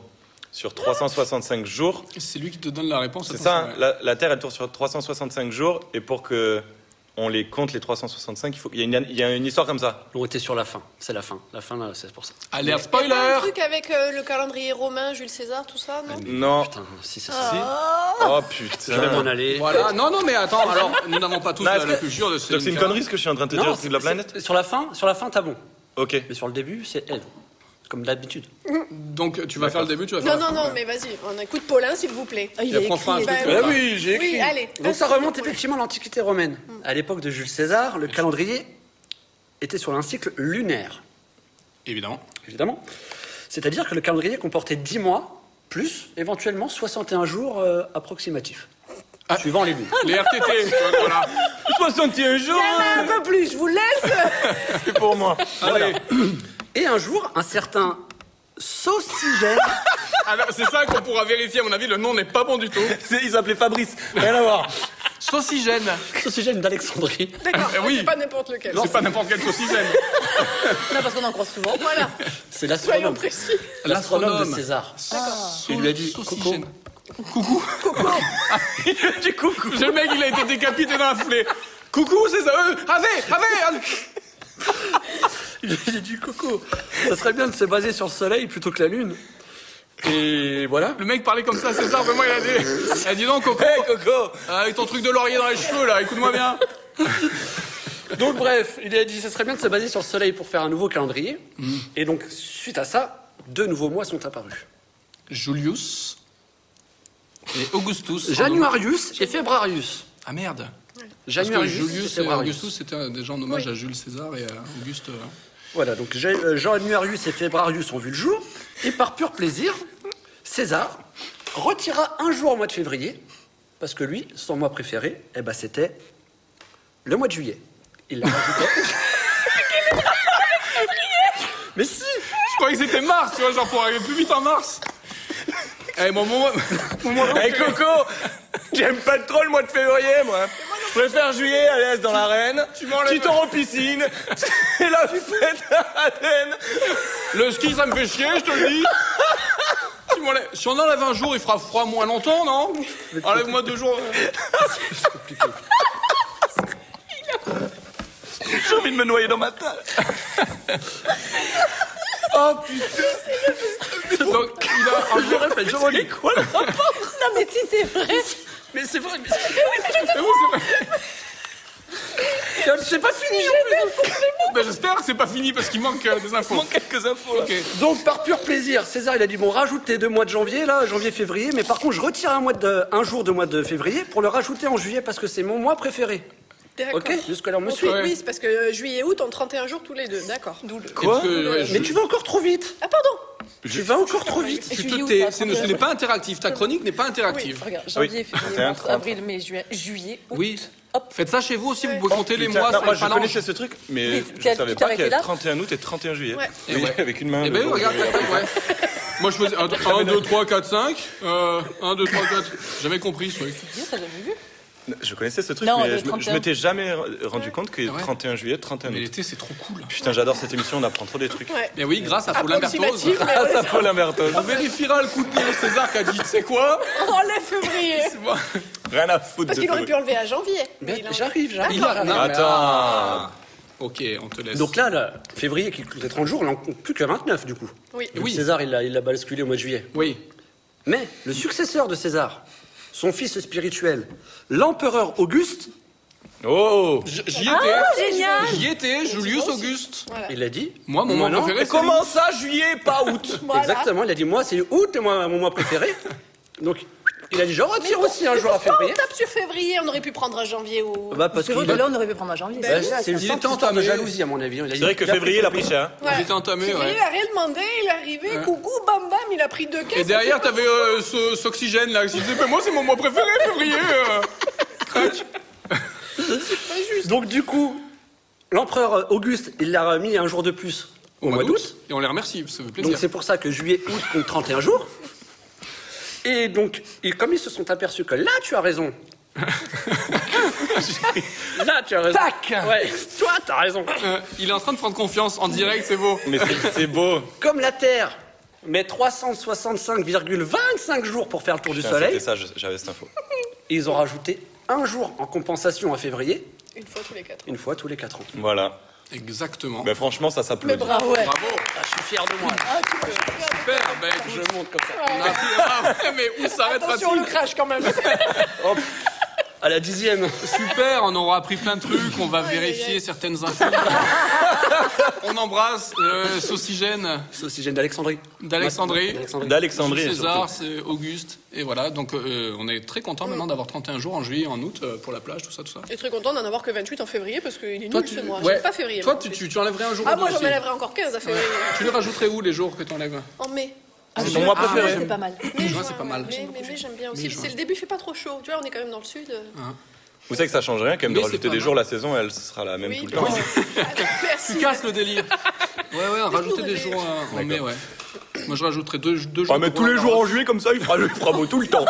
Speaker 3: sur 365 jours.
Speaker 1: C'est lui qui te donne la réponse.
Speaker 3: C'est
Speaker 1: attention,
Speaker 3: ça, hein,
Speaker 1: ouais.
Speaker 3: la, la Terre, elle tourne sur 365 jours et pour que. On les compte les 365, il, faut, il, y a une, il y a une histoire comme ça.
Speaker 6: On était sur la fin. C'est la fin. La fin, là, c'est pour ça.
Speaker 1: Alerte
Speaker 2: Y a pas Un
Speaker 1: spoiler
Speaker 2: truc avec euh, le calendrier romain, Jules César, tout ça, non
Speaker 3: Non.
Speaker 6: Putain, si, c'est
Speaker 3: Si.
Speaker 6: ça.
Speaker 3: Oh
Speaker 6: Je vais m'en
Speaker 3: putain.
Speaker 6: aller.
Speaker 1: Voilà, non, non, mais
Speaker 3: (laughs)
Speaker 1: attends, alors nous n'avons pas tous
Speaker 3: Non,
Speaker 1: la,
Speaker 3: est-ce
Speaker 1: la
Speaker 3: que-
Speaker 1: culture de
Speaker 3: Donc c'est une
Speaker 1: Céline
Speaker 3: connerie ce que je suis en train de te dire au truc de la
Speaker 6: c'est-
Speaker 3: planète
Speaker 6: c'est- Sur la fin, sur la fin, t'as bon.
Speaker 3: Ok.
Speaker 6: Mais sur le début, c'est elle. Comme d'habitude.
Speaker 1: Donc tu vas faire le début, tu vas faire
Speaker 2: Non,
Speaker 1: la
Speaker 2: non,
Speaker 1: fin.
Speaker 2: non, mais vas-y, on écoute Paulin, s'il vous plaît.
Speaker 6: Ah,
Speaker 1: Et après, on fera un truc.
Speaker 2: Bah,
Speaker 1: euh,
Speaker 2: oui.
Speaker 6: oui, j'ai
Speaker 2: écrit. Oui, allez.
Speaker 6: Donc ça remonte effectivement à l'Antiquité romaine. À l'époque de Jules César, le calendrier était sur un cycle lunaire,
Speaker 1: Évidemment.
Speaker 6: évidemment. C'est-à-dire que le calendrier comportait 10 mois, plus éventuellement 61 jours euh, approximatifs,
Speaker 3: Ah.
Speaker 6: suivant les lunes.
Speaker 1: Les RTT, voilà.
Speaker 3: 61 jours
Speaker 7: Un peu plus, je vous laisse.
Speaker 3: pour moi.
Speaker 1: Allez,
Speaker 6: Et un jour, un certain saucigène.
Speaker 1: Alors, c'est ça qu'on pourra vérifier, à mon avis, le nom n'est pas bon du tout.
Speaker 3: (laughs) C'est- Il s'appelait Fabrice, rien à voir.
Speaker 1: Saucigène.
Speaker 6: saucigène d'Alexandrie.
Speaker 2: D'accord,
Speaker 1: Eh oui.
Speaker 2: c'est pas n'importe lequel.
Speaker 1: C'est pas n'importe quel saucigène.
Speaker 7: Non, parce qu'on en croise souvent.
Speaker 2: Voilà,
Speaker 6: C'est
Speaker 2: soyons
Speaker 6: l'astronome.
Speaker 2: précis.
Speaker 6: L'astronome de
Speaker 1: L'astronome.
Speaker 6: César.
Speaker 1: Il
Speaker 6: lui a dit,
Speaker 1: Coucou. Coucou. il a dit coucou. Le mec, il a été décapité dans la foulée. Coucou, c'est ça. Euh, avez, avez. avez.
Speaker 6: J'ai du coco. Ça serait bien de se baser sur le soleil plutôt que la lune. Et voilà.
Speaker 1: Le mec parlait comme ça, c'est ça. Vraiment, il a dit. Il a dit non, Coco. Ah,
Speaker 6: Coco
Speaker 1: Avec ton truc de laurier dans les cheveux, là, écoute-moi bien.
Speaker 6: Donc bref, il a dit ce serait bien de se baser sur le soleil pour faire un nouveau calendrier.
Speaker 1: Mm.
Speaker 6: Et donc suite à ça, deux nouveaux mois sont apparus.
Speaker 1: Julius et Augustus.
Speaker 6: Januarius et Fébrarius.
Speaker 1: Ah merde. Parce que
Speaker 6: Januarius
Speaker 1: Julius
Speaker 6: et
Speaker 1: et
Speaker 6: Fébrarius.
Speaker 1: Augustus, c'était euh, des gens en hommage à Jules César et à Auguste. euh,
Speaker 6: Voilà, donc Ja- euh, Januarius et Fébrarius ont vu le jour. Et par pur plaisir, César retira un jour au mois de février, parce que lui, son mois préféré, eh ben, c'était le mois de juillet. Il l'a rajouté. Mais si
Speaker 1: Je croyais que c'était mars, tu vois, genre pour arriver plus vite en mars. Eh, mon moment. mon moment-
Speaker 3: Hey Eh, Coco, j'aime pas trop le mois de février, moi. Je préfère juillet à l'aise dans l'arène. Tu
Speaker 1: m'enlèves.
Speaker 3: tours en piscine. (laughs) Et là, tu fêtes à Athènes.
Speaker 1: Le ski, ça me fait chier, je te le dis. Tu m'enlèves- Si on enlève un jour, il fera froid moins longtemps, non Enlève-moi deux jours.
Speaker 3: J'ai envie de me noyer dans ma table.
Speaker 1: Donc, il a un jour.
Speaker 3: C'est quoi le rapport
Speaker 7: Non, mais si c'est vrai.
Speaker 6: Mais c'est vrai, mais
Speaker 1: C'est bon, c'est pas- (laughs)
Speaker 6: c'est- c'est pas fini
Speaker 1: Ben, J'espère que c'est pas fini parce qu'il manque euh, des infos.
Speaker 3: Il manque quelques infos là.
Speaker 1: Ok.
Speaker 6: Donc par pur plaisir, César il a dit bon rajoute tes deux mois de janvier là, janvier février, mais par contre je retire un, mois de, un jour de mois de février pour le rajouter en juillet parce que c'est mon mois préféré.
Speaker 2: D'accord.
Speaker 6: Ok, jusque là on me
Speaker 2: Ok,
Speaker 6: suit.
Speaker 1: Ouais.
Speaker 2: Oui, c'est parce que euh, juillet et août ont 31 jours tous les deux, d'accord. D'où le-
Speaker 1: Et parce que, ouais,
Speaker 6: Mais
Speaker 1: je-
Speaker 6: tu vas encore trop vite.
Speaker 2: Ah pardon
Speaker 6: Tu vas encore trop vite.
Speaker 1: tu te
Speaker 7: Julie, où
Speaker 1: tais,
Speaker 7: t'as
Speaker 1: c'est- ce n'est pas interactif, ta chronique n'est pas
Speaker 7: Oui,
Speaker 1: interactive.
Speaker 7: regarde, janvier, février,
Speaker 3: 31,
Speaker 7: mars,
Speaker 3: 30.
Speaker 7: avril, mai, juin, juillet, août.
Speaker 1: Oui. Faites ça chez vous aussi, vous pouvez compter les
Speaker 3: Putain,
Speaker 1: mois
Speaker 3: non,
Speaker 1: sur
Speaker 3: moi
Speaker 1: les
Speaker 3: je
Speaker 1: phalanges.
Speaker 3: connaissais ce truc, mais
Speaker 7: Mais tu
Speaker 3: je
Speaker 7: t'es-
Speaker 3: savais
Speaker 7: tu
Speaker 3: pas qu'il
Speaker 7: t'es
Speaker 3: y
Speaker 7: arrêté
Speaker 3: avait
Speaker 7: là
Speaker 3: 31 août et 31 juillet.
Speaker 2: Ouais.
Speaker 3: Et oui, avec une main.
Speaker 1: Eh
Speaker 3: le
Speaker 1: ben
Speaker 3: dos.
Speaker 1: regarde, tac, tac, ouais.
Speaker 3: (laughs)
Speaker 1: Moi je faisais 1, 2, 3, 4, 5. 1, 2, 3, 4. J'avais compris ce truc.
Speaker 7: Dieu, t'as jamais vu
Speaker 3: Je connaissais ce truc,
Speaker 7: Non, le
Speaker 3: mais je me- je
Speaker 7: 31.
Speaker 3: m'étais jamais rendu compte que 31 juillet, 31
Speaker 1: Mais
Speaker 3: août.
Speaker 1: l'été c'est trop cool.
Speaker 3: Putain, j'adore cette émission, on apprend trop des trucs. Ah,
Speaker 2: Ouais.
Speaker 1: Mais oui, grâce à Paul Lambertose.
Speaker 2: Approximatif,
Speaker 1: (laughs)
Speaker 2: mais ouais.
Speaker 3: Ça Paul Lambertose.
Speaker 1: On vérifiera le coup de pied de César qui a dit, tu sais quoi
Speaker 2: Enlève février
Speaker 1: C'est moi.
Speaker 3: Rien à foutre
Speaker 2: Parce
Speaker 3: de
Speaker 2: qu'il
Speaker 3: ça.
Speaker 2: aurait pu enlever à janvier. mais
Speaker 6: Mais
Speaker 2: il en-
Speaker 6: J'arrive, j'arrive.
Speaker 1: Il a- non, mais-
Speaker 3: Attends.
Speaker 1: Ok, on te laisse.
Speaker 6: Donc là, là, février qui clôt les 30 jours, il en compte plus que 29 du coup.
Speaker 2: Oui.
Speaker 6: Donc
Speaker 1: Oui.
Speaker 6: César il l'a il l'a basculé au mois de juillet.
Speaker 1: Oui.
Speaker 6: Mais le successeur de César, son fils spirituel, l'empereur Auguste,
Speaker 3: Oh
Speaker 1: J- J'y étais. J'y étais, Julius Auguste.
Speaker 6: il a dit
Speaker 1: Moi, mon mois
Speaker 6: non,
Speaker 1: préféré, c'est
Speaker 3: Comment ça, juillet, pas août
Speaker 6: Exactement, il a dit moi c'est août le mois- mon mois préféré. Donc il a dit je retire aussi un jour à
Speaker 2: Pourquoi
Speaker 6: février.
Speaker 2: on tape sur février On aurait pu prendre à janvier ou...
Speaker 6: Bah parce
Speaker 7: C'est
Speaker 6: qu'il
Speaker 7: vrai que là, on aurait pu prendre un janvier.
Speaker 6: bah, c'est une
Speaker 1: Il est
Speaker 6: simple histoire
Speaker 1: entamé.
Speaker 6: de jalousie à mon avis. hein.
Speaker 3: C'est vrai que février, il a pris cher.
Speaker 1: lui. J'étais entamé,
Speaker 2: Février,
Speaker 1: ouais.
Speaker 2: il a rien demandé, il est arrivé, coucou, bam bam, il a pris deux caisses.
Speaker 1: Et derrière, t'avais euh, ce, cet oxygène là. qui disait, mais moi, c'est mon mois préféré, février. euh.
Speaker 6: Donc du coup, l'empereur euh, Auguste, il l'a remis un jour de plus au, mois d'août.
Speaker 1: Et on les remercie, ça fait
Speaker 6: Donc
Speaker 1: plaisir.
Speaker 6: c'est pour ça que juillet, août compte 31 jours. Et donc, et comme ils se sont aperçus que là, tu as (laughs) raison. là, tu as raison. Tac Ouais, toi, t'as raison.
Speaker 1: Euh, il est en train de prendre confiance en direct, c'est beau.
Speaker 3: Mais c'est- c'est (laughs) beau.
Speaker 6: Comme la Terre met 365,25 jours pour faire le tour du
Speaker 3: Putain,
Speaker 6: Soleil,
Speaker 3: C'était ça, je- j'avais cette info.
Speaker 6: Et ils ont rajouté un jour en compensation en février,
Speaker 2: Une fois tous les quatre.
Speaker 6: une fois tous les 4 ans.
Speaker 3: Voilà.
Speaker 1: Exactement.
Speaker 3: Mais franchement, ça s'applaudit.
Speaker 7: Bravo, ouais.
Speaker 1: Bravo.
Speaker 6: Ah, je suis fier de moi.
Speaker 1: Super. Ben, écoute, (laughs)
Speaker 6: Je monte comme ça.
Speaker 1: on a appris- Ah ouais, mais où
Speaker 2: Attention, le
Speaker 1: s'arrêtera-t-il
Speaker 2: crash quand même.
Speaker 6: À la dixième.
Speaker 1: Super, on aura appris plein de trucs, on va vérifier certaines
Speaker 2: (laughs)
Speaker 1: infos. on embrasse euh, Saucigène
Speaker 6: Saucigène d'Alexandrie.
Speaker 1: d'Alexandrie.
Speaker 3: D'Alexandrie,
Speaker 1: Jules César,
Speaker 3: surtout.
Speaker 1: c'est Auguste. Et voilà, donc euh, on est très content maintenant d'avoir 31 jours en juillet, en août, euh, pour la plage, tout ça, tout ça.
Speaker 2: Et très content d'en avoir que 28 en février parce qu'il est
Speaker 1: Toi,
Speaker 2: nul
Speaker 1: tu-
Speaker 2: ce mois.
Speaker 1: ouais.
Speaker 2: J'aime pas février.
Speaker 1: Toi,
Speaker 2: moi, en
Speaker 1: tu,
Speaker 2: plus.
Speaker 1: tu, tu enlèverais un jour
Speaker 2: Ah,
Speaker 1: ou
Speaker 2: moi
Speaker 1: deux
Speaker 2: j'en
Speaker 1: aussi.
Speaker 2: enlèverai encore 15 à février.
Speaker 1: Tu les rajouterais où les jours que tu enlèves
Speaker 2: En mai.
Speaker 3: C'est mon mois
Speaker 7: Ah,
Speaker 3: préféré.
Speaker 7: c'est pas (laughs) mal.
Speaker 2: Mai,
Speaker 1: juin,
Speaker 2: juin,
Speaker 1: c'est pas mal.
Speaker 2: ouais.
Speaker 1: J'aime
Speaker 2: Mais,
Speaker 1: beaucoup
Speaker 2: mais,
Speaker 1: juin.
Speaker 2: mais j'aime bien
Speaker 1: Mai,
Speaker 2: aussi.
Speaker 1: juin. Ah.
Speaker 2: C'est le début, il fait pas trop chaud. Tu vois, on est quand même dans le sud.
Speaker 3: Vous savez que ça change rien quand même
Speaker 1: Mais
Speaker 3: de
Speaker 1: c'est
Speaker 3: rajouter
Speaker 1: pas
Speaker 3: des
Speaker 1: mal.
Speaker 3: jours, la saison elle sera la même
Speaker 2: Oui,
Speaker 3: tout le temps.
Speaker 2: (laughs) bon. Merci. (laughs)
Speaker 1: Tu casses le délire. Ouais, ouais, rajouter des
Speaker 2: rêver.
Speaker 1: jours euh, en mai, ouais. Moi, je rajouterais deux, deux jours.
Speaker 3: Ah, mais
Speaker 1: pour
Speaker 3: tous les
Speaker 1: la
Speaker 3: jours en
Speaker 1: carotte.
Speaker 3: juillet, comme ça, il fera, il fera beau tout le (laughs) temps.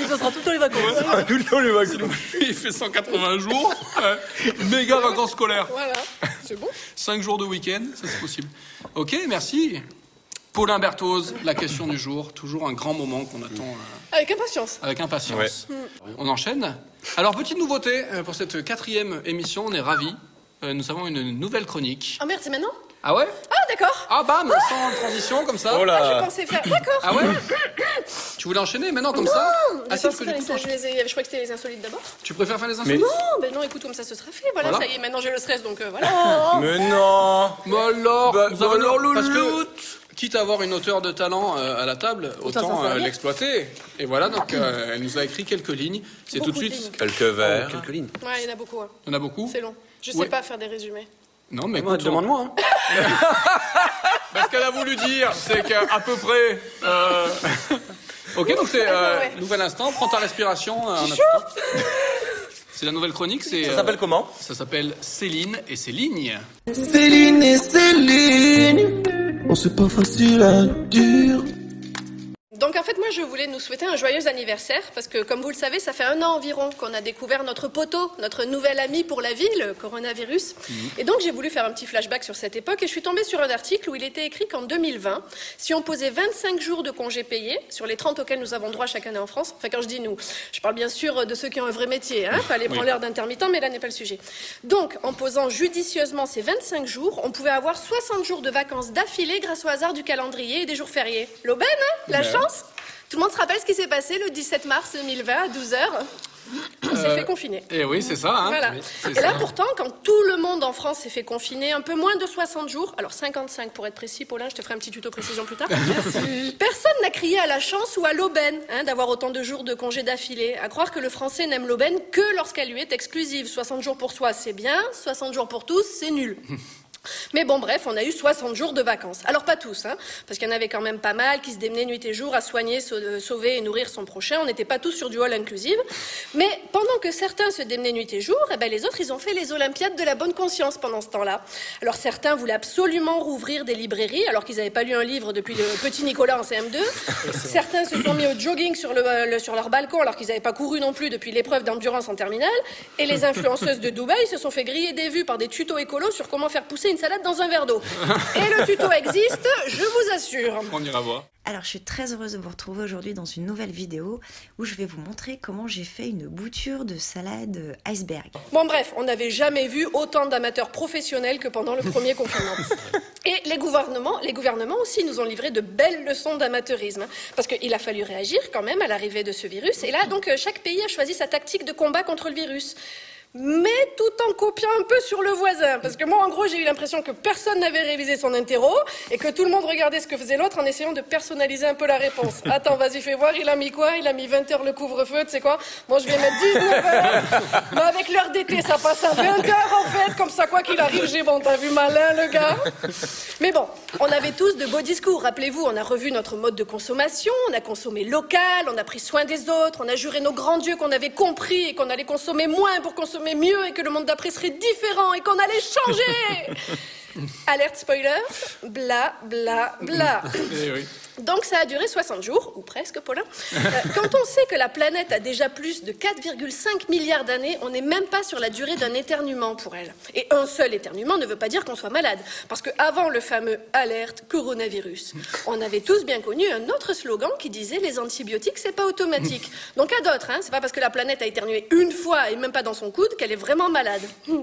Speaker 7: Et ça sera tout le temps les vacances.
Speaker 3: Ah, tout le temps, les vacances.
Speaker 1: (laughs) Il fait 180 jours. ouais. Méga vacances scolaires.
Speaker 2: Voilà, c'est bon.
Speaker 1: 5 jours de week-end, ça c'est possible. Ok, merci. Paulin Berthoz, la question du jour. Toujours un grand moment qu'on attend euh,
Speaker 2: Avec impatience.
Speaker 1: avec impatience. On enchaîne. Alors, petite nouveauté euh, pour cette quatrième émission, on est ravis. Euh, nous avons une nouvelle chronique.
Speaker 2: Ah merde, c'est maintenant
Speaker 1: Ah ouais
Speaker 2: Ah d'accord.
Speaker 1: Ah bam Sans transition, comme ça.
Speaker 3: Oh
Speaker 2: Je
Speaker 3: là
Speaker 2: pensais faire. D'accord.
Speaker 1: Ah ouais (laughs) Tu voulais enchaîner maintenant, comme ça Ah si, parce
Speaker 2: D'accord,
Speaker 1: que
Speaker 2: c'est
Speaker 1: du coup,
Speaker 2: pas les- je, les ai- je crois que c'était les insolites d'abord.
Speaker 1: tu préfères faire les insultes
Speaker 2: Non, ben non, écoute, comme ça ce sera fait. Voilà,
Speaker 1: Voilà. Ah.
Speaker 2: ça y est, maintenant j'ai le stress, donc euh, voilà.
Speaker 3: Mais non
Speaker 1: Mais alors,
Speaker 3: Bah,
Speaker 1: vous
Speaker 3: bah
Speaker 1: avez-
Speaker 3: alors, le
Speaker 1: parce que, quitte à avoir une auteure de talent euh, à la table, autant euh, l'exploiter. Et voilà, donc
Speaker 2: (coughs)
Speaker 1: euh, elle nous a écrit quelques lignes. C'est tout de
Speaker 2: Beaucoup de
Speaker 1: suite.
Speaker 2: lignes.
Speaker 3: Quelques verres.
Speaker 6: Quelques lignes.
Speaker 2: Ouais, il y en a beaucoup. hein.
Speaker 1: Il y en a beaucoup.
Speaker 2: C'est long. Je sais
Speaker 1: Ouais.
Speaker 2: pas faire des résumés.
Speaker 1: Non,
Speaker 3: Ah,
Speaker 1: mais
Speaker 6: Ouais,
Speaker 1: écoute, on-
Speaker 6: Demande-moi. hein.
Speaker 1: (laughs) bah, ce qu'elle a voulu dire, c'est qu'à à peu près. euh, (laughs) Ok, donc c'est euh,
Speaker 2: Ah, ouais.
Speaker 1: nouvel instant. Prends ta respiration. euh, en attendant. C'est la nouvelle chronique. C'est euh,
Speaker 3: Ça s'appelle comment
Speaker 1: ça s'appelle Céline et ses lignes.
Speaker 8: Céline et Céline. On c'est pas facile à dire.
Speaker 2: Donc en fait, moi, je voulais nous souhaiter un joyeux anniversaire parce que, comme vous le savez, ça fait un an environ qu'on a découvert notre poteau, notre nouvel ami pour la vie, le coronavirus. Et donc, j'ai voulu faire un petit flashback sur cette époque et je suis tombée sur un article où il était écrit qu'en 2020, si on posait 25 jours de congés payés sur les 30 auxquels nous avons droit chaque année en France, enfin quand je dis nous, je parle bien sûr de ceux qui ont un vrai métier, hein, pas les branleurs d'intermittents, mais là n'est pas le sujet. Donc, en posant judicieusement ces 25 jours, on pouvait avoir 60 jours de vacances d'affilée grâce au hasard du calendrier et des jours fériés. L'aubaine, hein La chance Tout le monde se rappelle ce qui s'est passé le 17 mars 2020 à 12h On s'est fait confiner.
Speaker 1: Et oui, c'est ça. Hein.
Speaker 2: Voilà.
Speaker 1: C'est
Speaker 2: Et
Speaker 1: ça.
Speaker 2: là, pourtant, quand tout le monde en France s'est fait confiner, un peu moins de 60 jours, alors 55 pour être précis, Paulin, je te ferai un petit tuto précision plus tard. Personne n'a crié à la chance ou à l'aubaine hein, d'avoir autant de jours de congés d'affilée. À croire que le français n'aime l'aubaine que lorsqu'elle lui est exclusive. 60 jours pour soi, c'est bien. 60 jours pour tous, c'est nul. Mais bon, bref, on a eu 60 jours de vacances. Alors, pas tous, hein, parce qu'il y en avait quand même pas mal qui se démenaient nuit et jour à soigner, sau- euh, sauver et nourrir son prochain. On n'était pas tous sur du hall inclusive. Mais pendant que certains se démenaient nuit et jour, eh ben, les autres, ils ont fait les Olympiades de la bonne conscience pendant ce temps-là. Alors, certains voulaient absolument rouvrir des librairies, alors qu'ils n'avaient pas lu un livre depuis le petit Nicolas en CM2. certains se sont mis au jogging sur, le, euh, le- sur leur balcon, alors qu'ils n'avaient pas couru non plus depuis l'épreuve d'endurance en terminale. Et les influenceuses de Dubaï se sont fait griller des vues par des tutos écolos sur comment faire pousser une salade dans un verre d'eau. Et le tuto existe, je vous assure.
Speaker 1: On ira voir.
Speaker 5: Alors, je suis très heureuse de vous retrouver aujourd'hui dans une nouvelle vidéo où je vais vous montrer comment j'ai fait une bouture de salade euh, iceberg.
Speaker 2: Bon bref, on n'avait jamais vu autant d'amateurs professionnels que pendant le premier confinement. Et les gouvernements, les gouvernements aussi nous ont livré de belles leçons d'amateurisme, hein, parce qu'il a fallu réagir quand même à l'arrivée de ce virus. Et là, donc, euh, chaque pays a choisi sa tactique de combat contre le virus. Mais tout en copiant un peu sur le voisin, parce que moi, en gros, j'ai eu l'impression que personne n'avait révisé son interro et que tout le monde regardait ce que faisait l'autre en essayant de personnaliser un peu la réponse. Attends, vas-y, fais voir, il a mis quoi Il a mis 20 heures le couvre-feu, tu sais quoi Moi, je vais mettre 19 heures. Mais avec l'heure d'été, ça passe à 20 heures en fait, comme ça, quoi qu'il arrive, j'ai bon, t'as vu malin le gars Mais bon, on avait tous de beaux discours, rappelez-vous, on a revu notre mode de consommation, on a consommé local, on a pris soin des autres, on a juré nos grands dieux qu'on avait compris et qu'on allait consommer moins pour consommer mieux et que le monde d'après serait différent et qu'on allait changer Alerte spoiler, bla bla bla.
Speaker 1: Eh oui.
Speaker 2: Donc ça a duré 60 jours, ou presque, Paulin. Euh, quand on sait que la planète a déjà plus de 4,5 milliards d'années, on n'est même pas sur la durée d'un éternuement pour elle. Et un seul éternuement ne veut pas dire qu'on soit malade, parce que avant le fameux alerte coronavirus, on avait tous bien connu un autre slogan qui disait les antibiotiques c'est pas automatique. Donc à d'autres, hein, c'est pas parce que la planète a éternué une fois et même pas dans son coude qu'elle est vraiment malade. Hmm.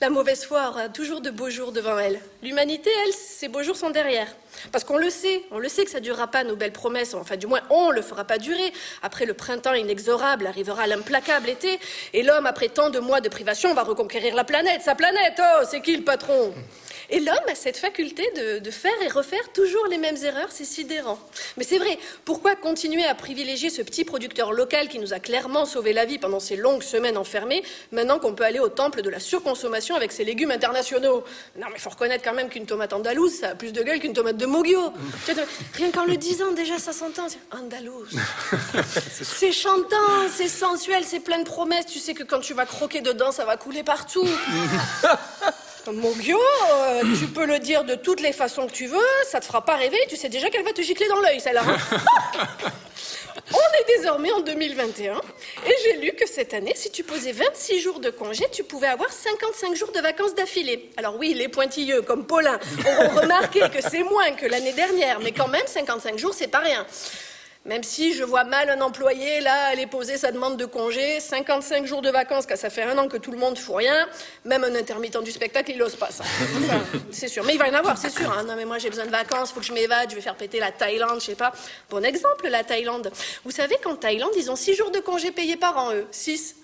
Speaker 2: La mauvaise foi aura toujours de beaux jours devant elle. L'humanité, elle, ses beaux jours sont derrière. Parce qu'on le sait, on le sait que ça durera pas nos belles promesses, enfin du moins on le fera pas durer. Après le printemps inexorable arrivera l'implacable été, et l'homme, après tant de mois de privation, va reconquérir la planète, sa planète, oh, c'est qui le patron et l'homme a cette faculté de, de faire et refaire toujours les mêmes erreurs, c'est sidérant. Mais c'est vrai, pourquoi continuer à privilégier ce petit producteur local qui nous a clairement sauvé la vie pendant ces longues semaines enfermées, maintenant qu'on peut aller au temple de la surconsommation avec ses légumes internationaux Non, mais faut reconnaître quand même qu'une tomate andalouse, ça a plus de gueule qu'une tomate de Mogio. Tu vois, Rien qu'en le disant, déjà, ça s'entend. C'est Andalouse. C'est chantant, c'est sensuel, c'est plein de promesses. Tu sais que quand tu vas croquer dedans, ça va couler partout. Mogio, euh, tu peux le dire de toutes les façons que tu veux, ça te fera pas rêver, tu sais déjà qu'elle va te gicler dans l'œil, celle-là. On est désormais en 2021 et j'ai lu que cette année, si tu posais 26 jours de congé, tu pouvais avoir 55 jours de vacances d'affilée. Alors oui, les pointilleux comme Paulin auront remarqué que c'est moins que l'année dernière, mais quand même 55 jours, c'est pas rien. Même si je vois mal un employé, là, aller poser sa demande de congé, 55 jours de vacances, car ça fait un an que tout le monde fout rien, même un intermittent du spectacle, il ose pas ça. Enfin, c'est sûr. Mais il va y en avoir, c'est sûr. hein. Non, mais moi, j'ai besoin de vacances, faut que je m'évade, je vais faire péter la Thaïlande, je sais pas. Bon exemple, la Thaïlande. Vous savez qu'en Thaïlande, ils ont 6 jours de congé payés par an, eux. 6.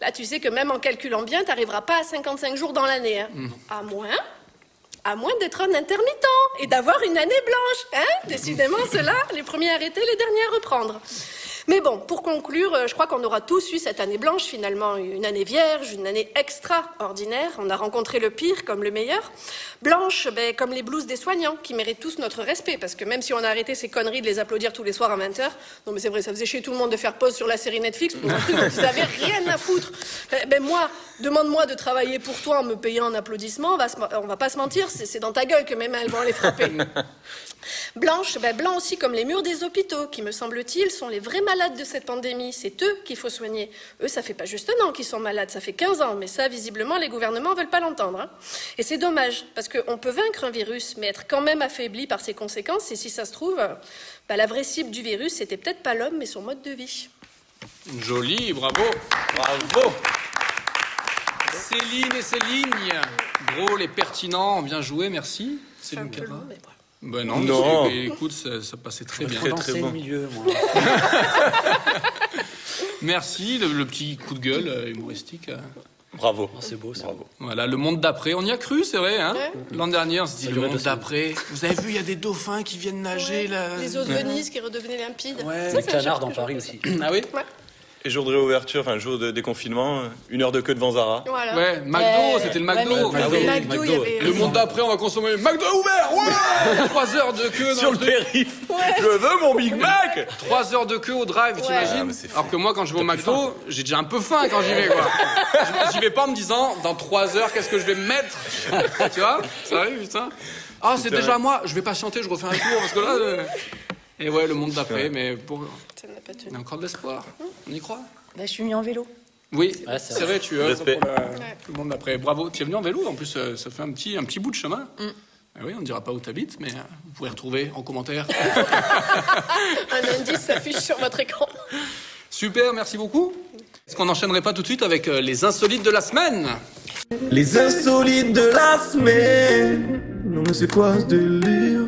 Speaker 2: Là, tu sais que même en calculant bien, t'arriveras pas à 55 jours dans l'année. hein. À moins à moins d'être un intermittent et d'avoir une année blanche. Hein Décidément, cela, les premiers arrêtés, les derniers à reprendre. Mais bon, pour conclure, euh, je crois qu'on aura tous eu cette année blanche, finalement, une année vierge, une année extraordinaire. On a rencontré le pire comme le meilleur. Blanche, ben, comme les blouses des soignants, qui méritent tous notre respect, parce que même si on a arrêté ces conneries de les applaudir tous les soirs à 20h, non mais c'est vrai, ça faisait chier tout le monde de faire pause sur la série Netflix pour un truc dont ils avaient rien à foutre. Eh Ben moi, demande-moi de travailler pour toi en me payant en applaudissements, on va, se- on va pas se mentir, c'est c'est dans ta gueule que mes mains elles vont les frapper. Blanche, ben blanc aussi comme les murs des hôpitaux, qui me semble-t-il sont les vrais malades de cette pandémie. C'est eux qu'il faut soigner. Eux, ça fait pas juste un an qu'ils sont malades, ça fait 15 ans. Mais ça, visiblement, les gouvernements veulent pas l'entendre. hein. Et c'est dommage, parce qu'on peut vaincre un virus, mais être quand même affaibli par ses conséquences. Et si ça se trouve, euh, ben, la vraie cible du virus, c'était peut-être pas l'homme, mais son mode de vie.
Speaker 1: Joli, bravo. Bravo. Céline et Céline. Drôle et pertinent, bien joué, merci. Céline
Speaker 2: peu
Speaker 1: Cara.
Speaker 2: long, mais bon.
Speaker 1: Ben non,
Speaker 3: Non.
Speaker 1: mais c'est- écoute, ça, ça passait très bien.
Speaker 3: Très,
Speaker 6: Danser
Speaker 3: très
Speaker 6: le
Speaker 3: bon.
Speaker 6: milieu, moi.
Speaker 1: (laughs) Merci, le, le petit coup de gueule euh, humoristique. euh.
Speaker 3: Bravo.
Speaker 6: C'est beau, ça.
Speaker 3: Bravo.
Speaker 1: Voilà, le monde d'après. On y a cru, c'est vrai. Hein
Speaker 2: Ouais.
Speaker 1: L'an dernier, on se dit
Speaker 6: Ça
Speaker 1: le
Speaker 6: durait
Speaker 1: monde
Speaker 6: deux semaines.
Speaker 1: d'après. Vous avez vu, il y a des dauphins qui viennent nager
Speaker 2: Ouais,
Speaker 1: là.
Speaker 2: Les eaux de Venise qui redevenaient limpides.
Speaker 1: Ouais.
Speaker 2: Ça,
Speaker 6: Les
Speaker 2: c'est un
Speaker 6: canards
Speaker 2: choc
Speaker 6: dans
Speaker 2: que
Speaker 6: Paris
Speaker 2: je-
Speaker 6: aussi.
Speaker 1: Ah oui
Speaker 2: Ouais.
Speaker 3: Et jour de réouverture, enfin jour de déconfinement, euh, une heure de queue devant Zara.
Speaker 2: Voilà.
Speaker 1: Ouais, McDo,
Speaker 7: Ouais.
Speaker 1: c'était le
Speaker 7: Ouais, mais
Speaker 1: McDo.
Speaker 7: il
Speaker 3: Ah oui,
Speaker 2: Le McDo, il y avait-
Speaker 1: Le monde d'après, on va consommer. McDo ouvert Ouais 3 heures de queue dans
Speaker 3: Sur le
Speaker 1: truc.
Speaker 3: périph', je veux mon Big Mac
Speaker 1: Trois heures de queue au drive,
Speaker 3: Ah,
Speaker 1: t'imagines
Speaker 3: mais c'est fou.
Speaker 1: Alors que moi, quand je vais au McDo, j'ai déjà un peu faim quand j'y vais, quoi. Je- j'y vais pas en me disant, dans trois heures, qu'est-ce que je vais me mettre (laughs) Tu vois Ça arrive, putain. Ah, c'est déjà moi, je vais patienter, je refais un tour, parce que là... euh, Et ouais, le monde d'après, mais pour...
Speaker 2: Ça n'a pas tenu.
Speaker 1: il y a encore de l'espoir. On y croit
Speaker 7: Bah, je suis mis en vélo.
Speaker 1: Oui,
Speaker 6: Ouais, c'est
Speaker 1: c'est vrai, tu as
Speaker 3: Respect.
Speaker 1: le monde d'après. Bravo, tu es venu en vélo, en plus, euh, ça fait un petit, un petit bout de chemin. Ah oui, on ne dira pas où t'habites, mais euh, vous pouvez retrouver en commentaire.
Speaker 2: Un indice s'affiche sur votre écran.
Speaker 1: Super, merci beaucoup. Est-ce qu'on n'enchaînerait pas tout de suite avec euh, les insolites de la semaine
Speaker 8: Les insolites de la semaine. Non, mais c'est quoi ce délire?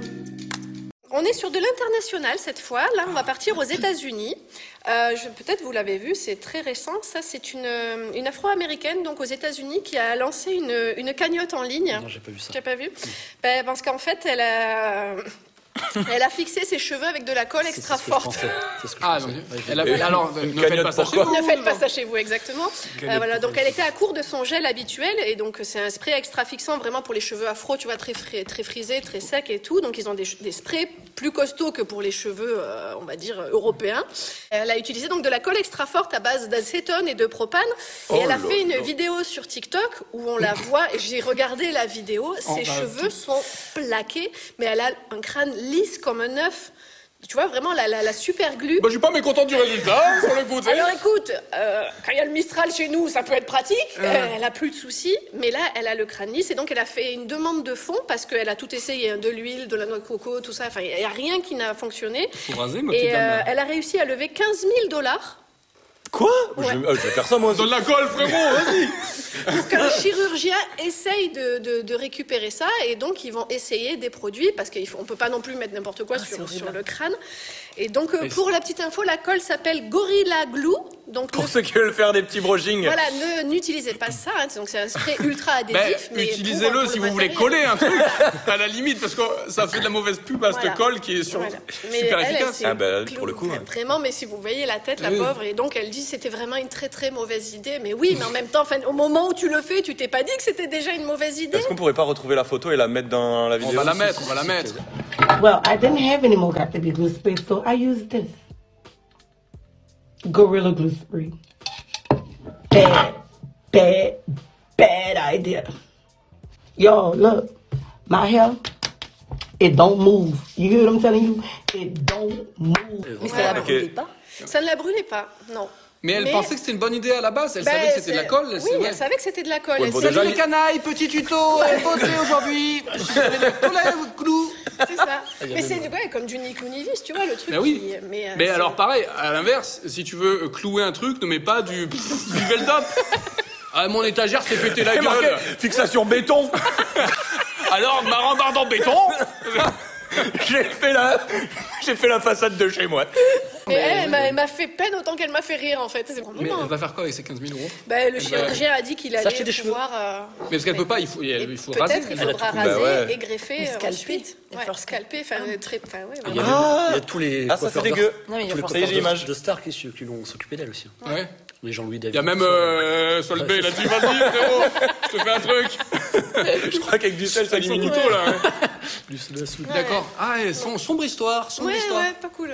Speaker 2: On est sur de l'international cette fois. Là, on va partir aux États-Unis. Euh, je- Peut-être vous l'avez vu, c'est très récent. Ça, c'est une, euh, une Afro-américaine donc aux États-Unis qui a lancé une, une cagnotte en ligne.
Speaker 6: Non, j'ai pas vu ça.
Speaker 2: Tu n'as pas vu Ben, Parce qu'en fait, elle a, euh, elle a fixé ses cheveux avec de la colle
Speaker 6: C'est- c'est
Speaker 2: extra
Speaker 6: ce que je
Speaker 2: forte.
Speaker 6: pensais. C'est ce que je
Speaker 1: Ah,
Speaker 6: pensais.
Speaker 1: donc,
Speaker 6: Ouais, j'ai-
Speaker 1: elle avait- alors, euh, ne faites
Speaker 3: cagnotte
Speaker 1: pas ça
Speaker 3: pour
Speaker 1: chez
Speaker 3: quoi
Speaker 1: vous.
Speaker 2: Ne faites pas ça chez vous, exactement.
Speaker 1: Quel
Speaker 2: Euh, voilà, donc elle était à court de son gel habituel et donc euh, c'est un spray extra fixant vraiment pour les cheveux afro, tu vois, très, fri- très frisés, très secs et tout. Donc ils ont des, che- des sprays plus costauds que pour les cheveux, euh, on va dire, euh, européens. Elle a utilisé donc de la colle extra forte à base d'acétone et de propane et
Speaker 3: Oh
Speaker 2: elle a
Speaker 3: là
Speaker 2: fait une
Speaker 3: là.
Speaker 2: vidéo sur TikTok où on la voit, et j'ai regardé la vidéo,
Speaker 1: bah,
Speaker 2: ses cheveux sont plaqués, mais elle a un crâne lisse comme un œuf. Tu vois, vraiment la, la, la super glue.
Speaker 1: Bah, je suis pas mécontent du résultat, pour le coup, tu sais.
Speaker 2: Ah, Alors écoute, euh, quand il y a le Mistral chez nous, ça peut être pratique.
Speaker 1: Ah.
Speaker 2: Euh, elle a plus de soucis, mais là, elle a le crâne lisse et donc elle a fait une demande de fond parce qu'elle a tout essayé, hein, de l'huile, de la noix de coco, tout ça. Enfin, il n'y a rien qui n'a fonctionné.
Speaker 1: Faut raser, ma petite
Speaker 2: Et euh,
Speaker 1: dame.
Speaker 2: elle a réussi à lever 15 000 dollars
Speaker 3: Quoi
Speaker 2: Ouais.
Speaker 3: je, vais- ah, je vais faire ça moi aussi.
Speaker 1: Donne la colle, frérot, vas-y
Speaker 2: pour qu'un
Speaker 1: Ah.
Speaker 2: chirurgien essaye de, de- de récupérer ça. Et donc, ils vont essayer des produits parce qu'on ne peut pas non plus mettre n'importe quoi sur, sur le crâne. Et donc, euh,
Speaker 1: Ah, Et
Speaker 2: pour la petite info, la colle s'appelle Gorilla Glue. Donc, ne
Speaker 3: Pour ceux qui veulent faire des petits
Speaker 2: (laughs)
Speaker 3: brochings.
Speaker 2: Voilà, ne- n'utilisez pas ça. hein. Donc c'est un spray ultra
Speaker 1: (laughs) Ben,
Speaker 2: adhésif. mais pour-
Speaker 1: utilisez-le
Speaker 2: pour
Speaker 1: si
Speaker 2: le
Speaker 1: vous voulez coller
Speaker 2: matériel.
Speaker 1: un truc, à la limite, parce que ça fait de la mauvaise pub à
Speaker 2: Voilà.
Speaker 1: cette colle qui est sur... (laughs)
Speaker 2: Voilà. Mais
Speaker 1: super
Speaker 2: elle, elle
Speaker 1: efficace.
Speaker 2: s'est
Speaker 3: Ah ben, pour
Speaker 2: clouée,
Speaker 3: le coup, hein.
Speaker 2: Vraiment, mais si vous voyez la tête, la
Speaker 1: Oui.
Speaker 2: pauvre, et donc elle dit c'était vraiment une très très mauvaise idée. Mais oui, mais en même temps, enfin, au moment où tu le fais, tu t'es pas dit que c'était déjà une mauvaise idée.
Speaker 3: Est-ce qu'on pourrait pas retrouver la photo et la mettre dans la
Speaker 1: On
Speaker 3: vidéo
Speaker 1: va la mettre, on va la mettre.
Speaker 10: Well, I didn't have any more got to be glue spray, so I used this Gorilla Glue Spray. Bad, bad, bad idea. Yo, look, my hair, it don't move. You hear what I'm telling you? It don't
Speaker 7: Euh,
Speaker 10: move.
Speaker 2: Mais ça la brûlait pas Ça ne la brûlait pas, non.
Speaker 1: Mais elle pensait que c'était une bonne idée à la base. Elle
Speaker 2: Ben,
Speaker 1: savait que c'était de la
Speaker 2: c'est-
Speaker 1: colle. elle
Speaker 2: Oui,
Speaker 1: s'est- ouais.
Speaker 2: elle savait que c'était de la colle.
Speaker 1: Ouais,
Speaker 2: Elle
Speaker 1: bon,
Speaker 2: s'est
Speaker 1: déjà,
Speaker 2: dit,
Speaker 1: il-
Speaker 2: canailles, petit tuto,
Speaker 1: Ouais.
Speaker 2: (laughs) beauté aujourd'hui. Je suis allée la colle à la clou.
Speaker 1: (laughs)
Speaker 2: C'est ça.
Speaker 1: Elle Ah, y
Speaker 2: Mais
Speaker 1: avait
Speaker 2: c'est ouais, comme du Nick Nivis, tu vois, le truc.
Speaker 1: Ben oui.
Speaker 2: qui- Mais, euh,
Speaker 1: Mais
Speaker 2: c'est-
Speaker 1: alors pareil, à l'inverse, si tu veux euh, clouer un truc, ne mets pas du, pff, du
Speaker 2: (laughs)
Speaker 1: Veldop. Ah, mon étagère s'est pété la
Speaker 11: Et marqué,
Speaker 1: gueule. Fixation
Speaker 3: (laughs)
Speaker 1: béton. alors, ma rambarde en béton.
Speaker 11: J'ai fait la, j'ai fait la façade de chez moi.
Speaker 2: Mais elle, elle m'a- elle m'a fait peine autant qu'elle m'a fait rire, en fait. C'est vraiment.
Speaker 1: euh, Mais euh, elle va faire quoi avec ces 15 000 euros
Speaker 2: Ben, le
Speaker 1: Elle va-
Speaker 2: chirurgien a dit qu'il
Speaker 1: S'acheter
Speaker 2: allait
Speaker 1: des cheveux.
Speaker 2: pouvoir. euh,
Speaker 1: Mais parce qu'elle peut pas, il faut, elle- il faut raser.
Speaker 2: Peut-être il
Speaker 1: Elle a
Speaker 2: faudra
Speaker 1: tout-
Speaker 2: raser
Speaker 1: Bah ouais.
Speaker 2: et greffer.
Speaker 7: Ou
Speaker 2: euh,
Speaker 7: scalper.
Speaker 2: ensuite. Ouais, scalper, enfin, euh, très- enfin, ouais,
Speaker 6: Il y, a
Speaker 2: voilà.
Speaker 6: le- il y a tous les
Speaker 1: Ah, ça,
Speaker 6: coiffeurs
Speaker 1: c'est
Speaker 6: d'or-
Speaker 1: dégueu.
Speaker 6: tous
Speaker 2: Non, mais il
Speaker 6: les
Speaker 2: va falloir
Speaker 6: coiffeurs
Speaker 2: faire
Speaker 6: d'or-
Speaker 2: image.
Speaker 6: de stars qui, su- qui l'ont s'occupé d'elle aussi. hein.
Speaker 1: Ouais.
Speaker 6: Les Jean-Louis David.
Speaker 1: Il y a même euh, Sol B, il a dit vas-y frérot, je te fais un truc.
Speaker 11: Je crois qu'avec du sel, ça
Speaker 1: Avec son
Speaker 11: diminue.
Speaker 1: (laughs) couteau, là. hein.
Speaker 6: Du sel à soude.
Speaker 1: D'accord. Ah, et son- sombre histoire, sombre
Speaker 2: Ouais,
Speaker 1: histoire.
Speaker 2: ouais, pas cool.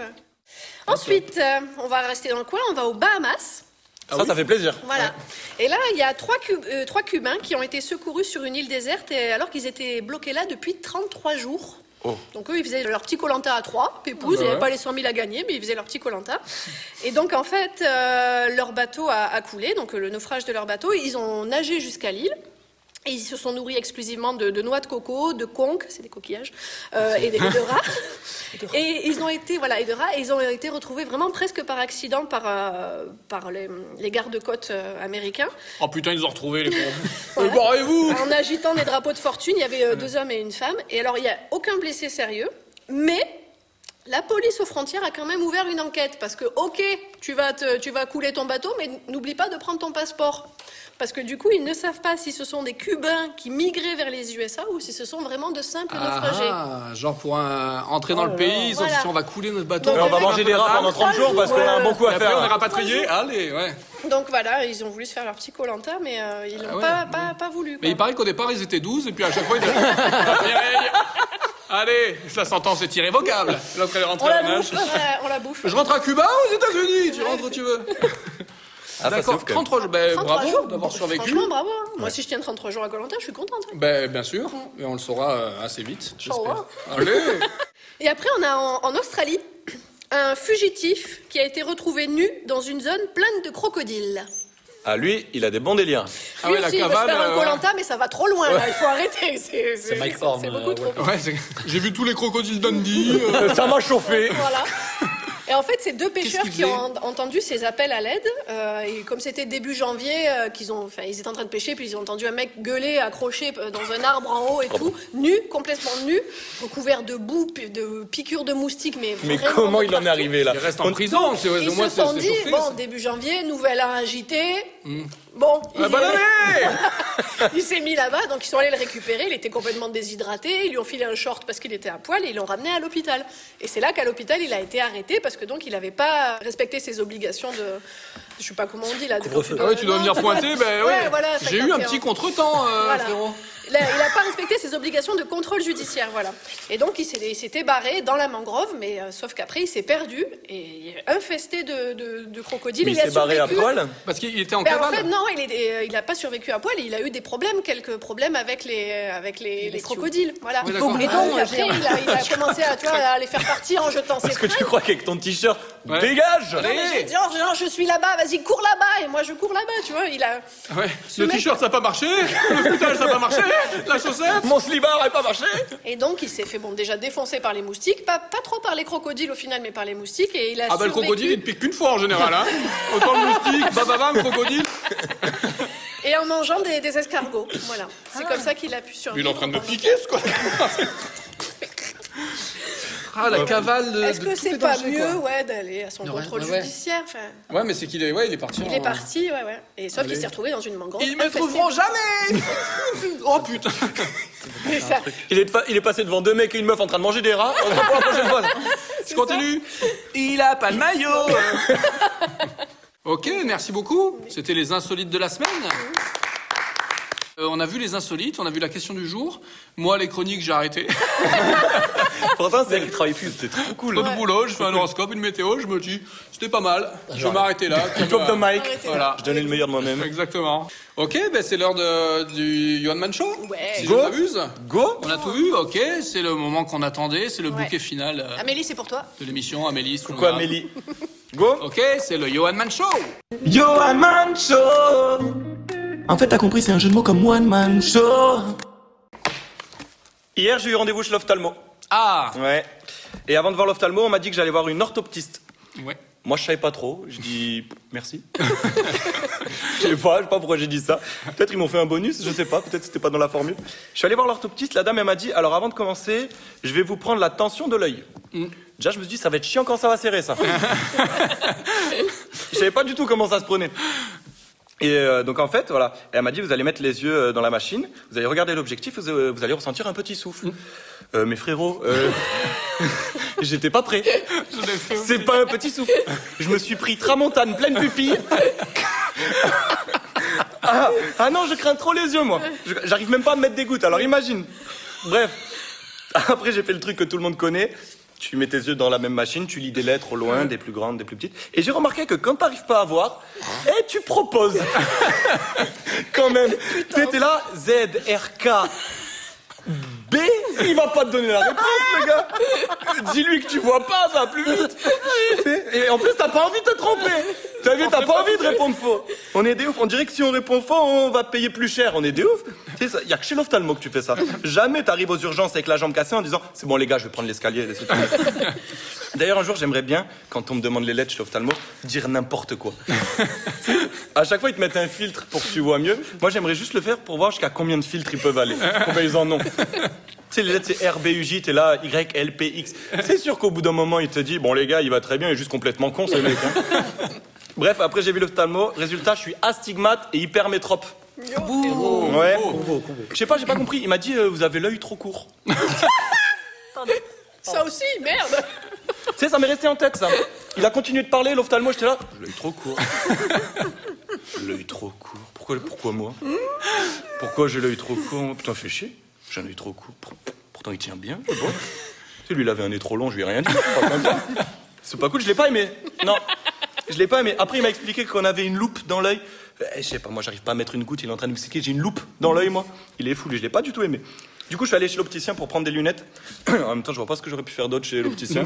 Speaker 2: Ensuite, euh, on va rester dans le coin, on va aux Bahamas.
Speaker 11: Ça, ça fait plaisir.
Speaker 2: Voilà. Et là, il y a trois, Cu- euh, trois Cubains qui ont été secourus sur une île déserte et- alors qu'ils étaient bloqués là depuis 33 jours.
Speaker 11: Oh.
Speaker 2: Donc eux, ils faisaient leur petit colanta à trois,
Speaker 11: Ah bah
Speaker 2: pépouze, ils n'avaient
Speaker 11: ouais.
Speaker 2: pas les 100 000 à gagner, mais ils faisaient leur petit colanta. Et donc en fait, euh, leur bateau a, a coulé, donc euh, le naufrage de leur bateau, ils ont nagé jusqu'à l'île. Et ils se sont nourris exclusivement de, de noix de coco, de conques, c'est des coquillages, euh, et, de- et de
Speaker 11: (laughs)
Speaker 2: rats. et ils ont été, voilà, et de rats, et ils ont été retrouvés vraiment presque par accident par, euh, par les, les gardes-côtes euh, américains.
Speaker 1: Oh putain, ils nous ont retrouvés les pauvres. Mais barrez-vous
Speaker 2: En agitant des drapeaux de fortune, il y avait euh, deux hommes et une femme. Et alors, il n'y a aucun blessé sérieux. Mais la police aux frontières a quand même ouvert une enquête. Parce que, OK, tu vas, te- tu vas couler ton bateau, mais n'oublie pas de prendre ton passeport. Parce que du coup, ils ne savent pas si ce sont des Cubains qui migraient vers les USA ou si ce sont vraiment de simples naufragés.
Speaker 1: Ah, genre pour un- entrer dans le pays, ils ont
Speaker 2: Oh Voilà.
Speaker 1: dit on va couler notre bateau.
Speaker 2: Donc, Mais on va avec- manger des rats pendant
Speaker 11: 30 jours parce qu'on a un bon coup à
Speaker 1: Et après,
Speaker 11: faire.
Speaker 1: on est rapatrié, allez, ouais.
Speaker 2: Donc voilà, ils ont voulu se faire leur petit colanta, mais euh, ils l'ont
Speaker 1: Ah ouais,
Speaker 2: pas, pas, pas voulu.
Speaker 1: Mais il paraît qu'au départ, ils étaient 12 et puis à chaque fois, ils disaient Mireille, (laughs) allez, la sentence est irrévocable. L'autre, elle est rentrée en nage.
Speaker 2: Voilà, on la bouffe.
Speaker 1: Je rentre à Cuba ou aux États-Unis Tu rentres où tu veux. D'accord, 33 jours. Ben,
Speaker 2: 33
Speaker 1: bravo
Speaker 2: jours.
Speaker 1: d'avoir survécu.
Speaker 2: Franchement, bravo. hein. Moi, si je tiens 33 jours à Colanta, je suis contente. hein.
Speaker 1: Ben, bien sûr, et on le saura euh, assez vite.
Speaker 2: Inch'Allah.
Speaker 1: Allez
Speaker 2: Et après, on a en, en Australie un fugitif qui a été retrouvé nu dans une zone pleine de crocodiles.
Speaker 3: Ah, lui, il a des bons délires.
Speaker 1: Ah
Speaker 2: Lui aussi, il veut se faire
Speaker 1: euh,
Speaker 2: un Colanta, mais ça va trop loin, là. Il faut arrêter. C'est- C'est
Speaker 3: Mike
Speaker 2: c'est-
Speaker 3: Horn,
Speaker 2: c'est beaucoup
Speaker 3: euh,
Speaker 2: trop.
Speaker 1: (laughs) Ouais, c'est- j'ai vu tous les crocodiles Dundee. euh,
Speaker 6: Ah,
Speaker 11: Ça m'a chauffé.
Speaker 2: (laughs) Voilà. Et en fait, c'est deux pêcheurs
Speaker 1: qu'ils
Speaker 2: qui ont entendu ces appels à l'aide. euh, et comme c'était début janvier, euh, qu'ils ont, enfin, ils étaient en train de pêcher, puis ils ont entendu un mec gueuler, accroché euh, dans un arbre en
Speaker 11: Ah
Speaker 2: haut et tout, nu, complètement nu, recouvert de boue, pi- de piqûres de moustiques. Mais,
Speaker 11: Mais
Speaker 2: vraiment
Speaker 11: comment
Speaker 2: de
Speaker 11: il en est
Speaker 2: partout.
Speaker 11: arrivé là
Speaker 1: Il reste en prison, c'est
Speaker 2: Ils
Speaker 1: au moins
Speaker 2: se sont
Speaker 1: c'est
Speaker 2: dit,
Speaker 1: chauffé.
Speaker 2: bon, début janvier, nouvelle an agitée. Bon, il,
Speaker 1: Ah, bonne année bah,
Speaker 2: (laughs) il s'est mis là-bas, donc ils sont allés le récupérer. Il était complètement déshydraté. Ils lui ont filé un short parce qu'il était à poil et ils l'ont ramené à l'hôpital. Et c'est là qu'à l'hôpital, il a été arrêté parce que donc il n'avait pas respecté ses obligations de. Je sais pas comment on dit là. de-
Speaker 6: Couvre-feu.
Speaker 1: Ah ouais, tu dois
Speaker 2: euh, Non,
Speaker 1: venir
Speaker 2: tu dois-
Speaker 1: pointer, ben
Speaker 2: Ouais,
Speaker 1: ouais.
Speaker 2: voilà,
Speaker 1: J'ai eu un
Speaker 2: 51.
Speaker 1: petit contretemps, euh,
Speaker 2: Voilà.
Speaker 1: frérot.
Speaker 2: Il n'a pas respecté ses obligations de contrôle judiciaire, voilà. Et donc il s'est- il s'était barré dans la mangrove, mais euh, sauf qu'après il s'est perdu et il est infesté de, de- de crocodiles.
Speaker 11: Mais
Speaker 2: et
Speaker 11: il
Speaker 2: a
Speaker 11: s'est barré à
Speaker 2: survécu.
Speaker 11: poil
Speaker 1: Parce qu'il était en
Speaker 2: Ben,
Speaker 1: cavale.
Speaker 2: en fait, non, il est- euh, il n'a pas survécu à poil et il a eu des problèmes, quelques problèmes avec les, euh, avec les, les crocodiles. Voilà.
Speaker 1: Oui,
Speaker 2: et
Speaker 1: d'accord.
Speaker 2: donc, après, il a, il a commencé à, tu vois, à les faire partir en jetant ses
Speaker 11: Parce que tu
Speaker 2: fringues.
Speaker 11: crois qu'avec ton t-shirt, dégage
Speaker 2: Non, mais j'ai dit, oh, genre, je suis là-bas, vas-y, cours là-bas. Et moi, je cours là-bas, tu vois. Il a...
Speaker 1: Ouais. Le
Speaker 2: mec-
Speaker 1: t-shirt, ça n'a pas marché. Le futal, ça n'a pas marché. La chaussette.
Speaker 11: Mon slibard n'aurait pas marché
Speaker 2: Et donc, il s'est fait bon, déjà défoncer par les moustiques, pas, pas trop par les crocodiles au final, mais par les moustiques. Et il a
Speaker 1: Ah bah le
Speaker 2: survécu.
Speaker 1: crocodile, il te pique qu'une fois en général. Hein. Autant le moustique, bababam, crocodile.
Speaker 2: Et en mangeant des,
Speaker 1: (laughs)
Speaker 2: des escargots. Voilà. C'est comme ça qu'il a pu
Speaker 1: Il
Speaker 2: survivre.
Speaker 1: est en train de me piquer, ce quoi. Ah, la cavale de.
Speaker 2: Est-ce
Speaker 1: de
Speaker 2: que
Speaker 1: tous
Speaker 2: c'est
Speaker 1: les
Speaker 2: pas
Speaker 1: dangers,
Speaker 2: mieux
Speaker 1: quoi.
Speaker 2: ouais, Ah. d'aller à son
Speaker 1: Ouais,
Speaker 2: contrôle
Speaker 1: ouais, ouais.
Speaker 2: judiciaire enfin,
Speaker 1: Ouais, mais c'est qu'il est, ouais, il est parti.
Speaker 2: Il
Speaker 1: en-
Speaker 2: est parti, ouais, ouais. Et sauf qu'il
Speaker 1: Allez.
Speaker 2: s'est retrouvé dans une mangrove.
Speaker 1: Ils me
Speaker 2: infestée.
Speaker 1: trouveront jamais (laughs) Oh putain
Speaker 2: (laughs) C'est
Speaker 1: Ah,
Speaker 2: ça.
Speaker 11: il est, fa- il est passé devant deux mecs et une meuf en train de manger des
Speaker 3: Oh,
Speaker 11: rats. On se revoit la prochaine fois.
Speaker 1: Je continue Il a pas de maillot (laughs) Ok, merci beaucoup. C'était les insolites de la semaine. Euh, on a vu les insolites, on a vu la question du jour. Moi, les chroniques, j'ai arrêté.
Speaker 3: Pourtant, c'est qui travaille plus. C'était trop
Speaker 1: cool. de boulot, je fais un horoscope, une météo, je me dis, c'était pas mal. Je vais
Speaker 3: Genre.
Speaker 1: m'arrêter là.
Speaker 3: Je drop the mic.
Speaker 1: Arrêtez là. Voilà.
Speaker 3: Je donnais le meilleur de moi-même.
Speaker 1: Exactement. Ok, ben c'est l'heure de- du Yohan Man Show.
Speaker 2: Ouais.
Speaker 1: Si
Speaker 2: Go.
Speaker 1: je ne m'abuse.
Speaker 3: Go.
Speaker 1: On a tout vu, ok. C'est le moment qu'on attendait. C'est le
Speaker 2: Ouais.
Speaker 1: bouquet final euh,
Speaker 2: Amélie, c'est pour toi.
Speaker 1: de l'émission. Amélie. Coucou
Speaker 3: Amélie.
Speaker 1: Go. Ok, c'est le Yohan Man Show.
Speaker 8: Yo, one man show En fait, t'as compris, c'est un jeu de mots comme one man show.
Speaker 3: Hier, j'ai eu rendez-vous chez l'ophtalmo.
Speaker 1: Ah
Speaker 3: Ouais. Et avant de voir l'ophtalmo, on m'a dit que j'allais voir une orthoptiste.
Speaker 1: Ouais.
Speaker 3: Moi, je savais pas trop. Je dis merci. (laughs) je sais pas, je sais pas pourquoi j'ai dit ça. Peut-être ils m'ont fait un bonus, je sais pas. Peut-être c'était pas dans la formule. Je suis allé voir l'orthoptiste. La dame, elle m'a dit alors avant de commencer, je vais vous prendre la tension de l'œil. Déjà, je me suis dit ça va être chiant quand ça va serrer, ça. je savais pas du tout comment ça se prenait. Et euh, donc en fait, voilà, elle m'a dit vous allez mettre les yeux euh, dans la machine, vous allez regarder l'objectif, vous, euh, vous allez ressentir un petit souffle. Euh, mais frérot, euh, (laughs) j'étais pas prêt. (laughs) C'est pas un petit souffle. Je me suis pris tramontane pleine pupille. (laughs) ah, ah non, je crains trop les yeux moi. Je- J'arrive même pas à me mettre des gouttes. Alors imagine. Bref, (laughs) après j'ai fait le truc que tout le monde connaît. Tu mets tes yeux dans la même machine, tu lis des lettres au loin, des plus grandes, des plus petites. Et j'ai remarqué que quand t'arrives pas à voir, eh, tu proposes. (laughs) quand même. T'étais là, Z, R, K, B, il va pas te donner la réponse, le gars. Dis-lui que tu vois pas, ça va plus vite. Et en plus, t'as pas envie de te tromper. T'as vu, t'as pas envie de répondre faux. On est des ouf. On dirait que si on répond faux, on va payer plus cher. On est des ouf. Tu sais, ça- y a que chez l'ophtalmo que tu fais ça. Jamais t'arrives aux urgences avec la jambe cassée en disant C'est bon, les gars, je vais prendre l'escalier. laissez tomber. D'ailleurs, un jour, j'aimerais bien, quand on me demande les lettres chez l'ophtalmo, dire n'importe quoi. À chaque fois, ils te mettent un filtre pour que tu vois mieux. Moi, j'aimerais juste le faire pour voir jusqu'à combien de filtres ils peuvent aller. Combien ils en ont. Tu sais, les lettres, c'est R, B, U, J, t'es là, Y, L, P, X. C'est sûr qu'au bout d'un moment, il te dit, bon, les gars, il va très bien, il est juste complètement con, ce mec. hein. Bref, après, j'ai vu l'ophtalmo. Résultat, je suis astigmate et hypermétrope. Ouais. Je sais pas, j'ai pas compris. Il m'a dit, euh, vous avez l'œil trop court.
Speaker 2: Ça aussi, merde
Speaker 3: Tu sais, ça m'est resté en tête, ça. Il a continué de parler, l'ophtalmo, j'étais là. L'œil trop (laughs) court. l'œil trop court. Pourquoi, pourquoi moi Pourquoi j'ai l'œil trop court moi Putain, fais chier. J'ai un œil trop court. Pour- Pourtant, il tient bien. c'est Bon. Tu sais, lui, il avait un nez trop long, je lui ai rien dit. C'est pas comme ça. C'est pas cool, je l'ai pas aimé. Non, je l'ai pas aimé. Après, il m'a expliqué qu'on avait une loupe dans l'œil. Eh, je sais pas, moi, j'arrive pas à mettre une goutte. Il est en train de m'expliquer, j'ai une loupe dans l'œil, moi. Il est fou, lui, je l'ai pas du tout aimé. Du coup, je suis allé chez l'opticien pour prendre des lunettes. (clears throat) en même temps, je vois pas ce que j'aurais pu faire d'autre chez l'opticien.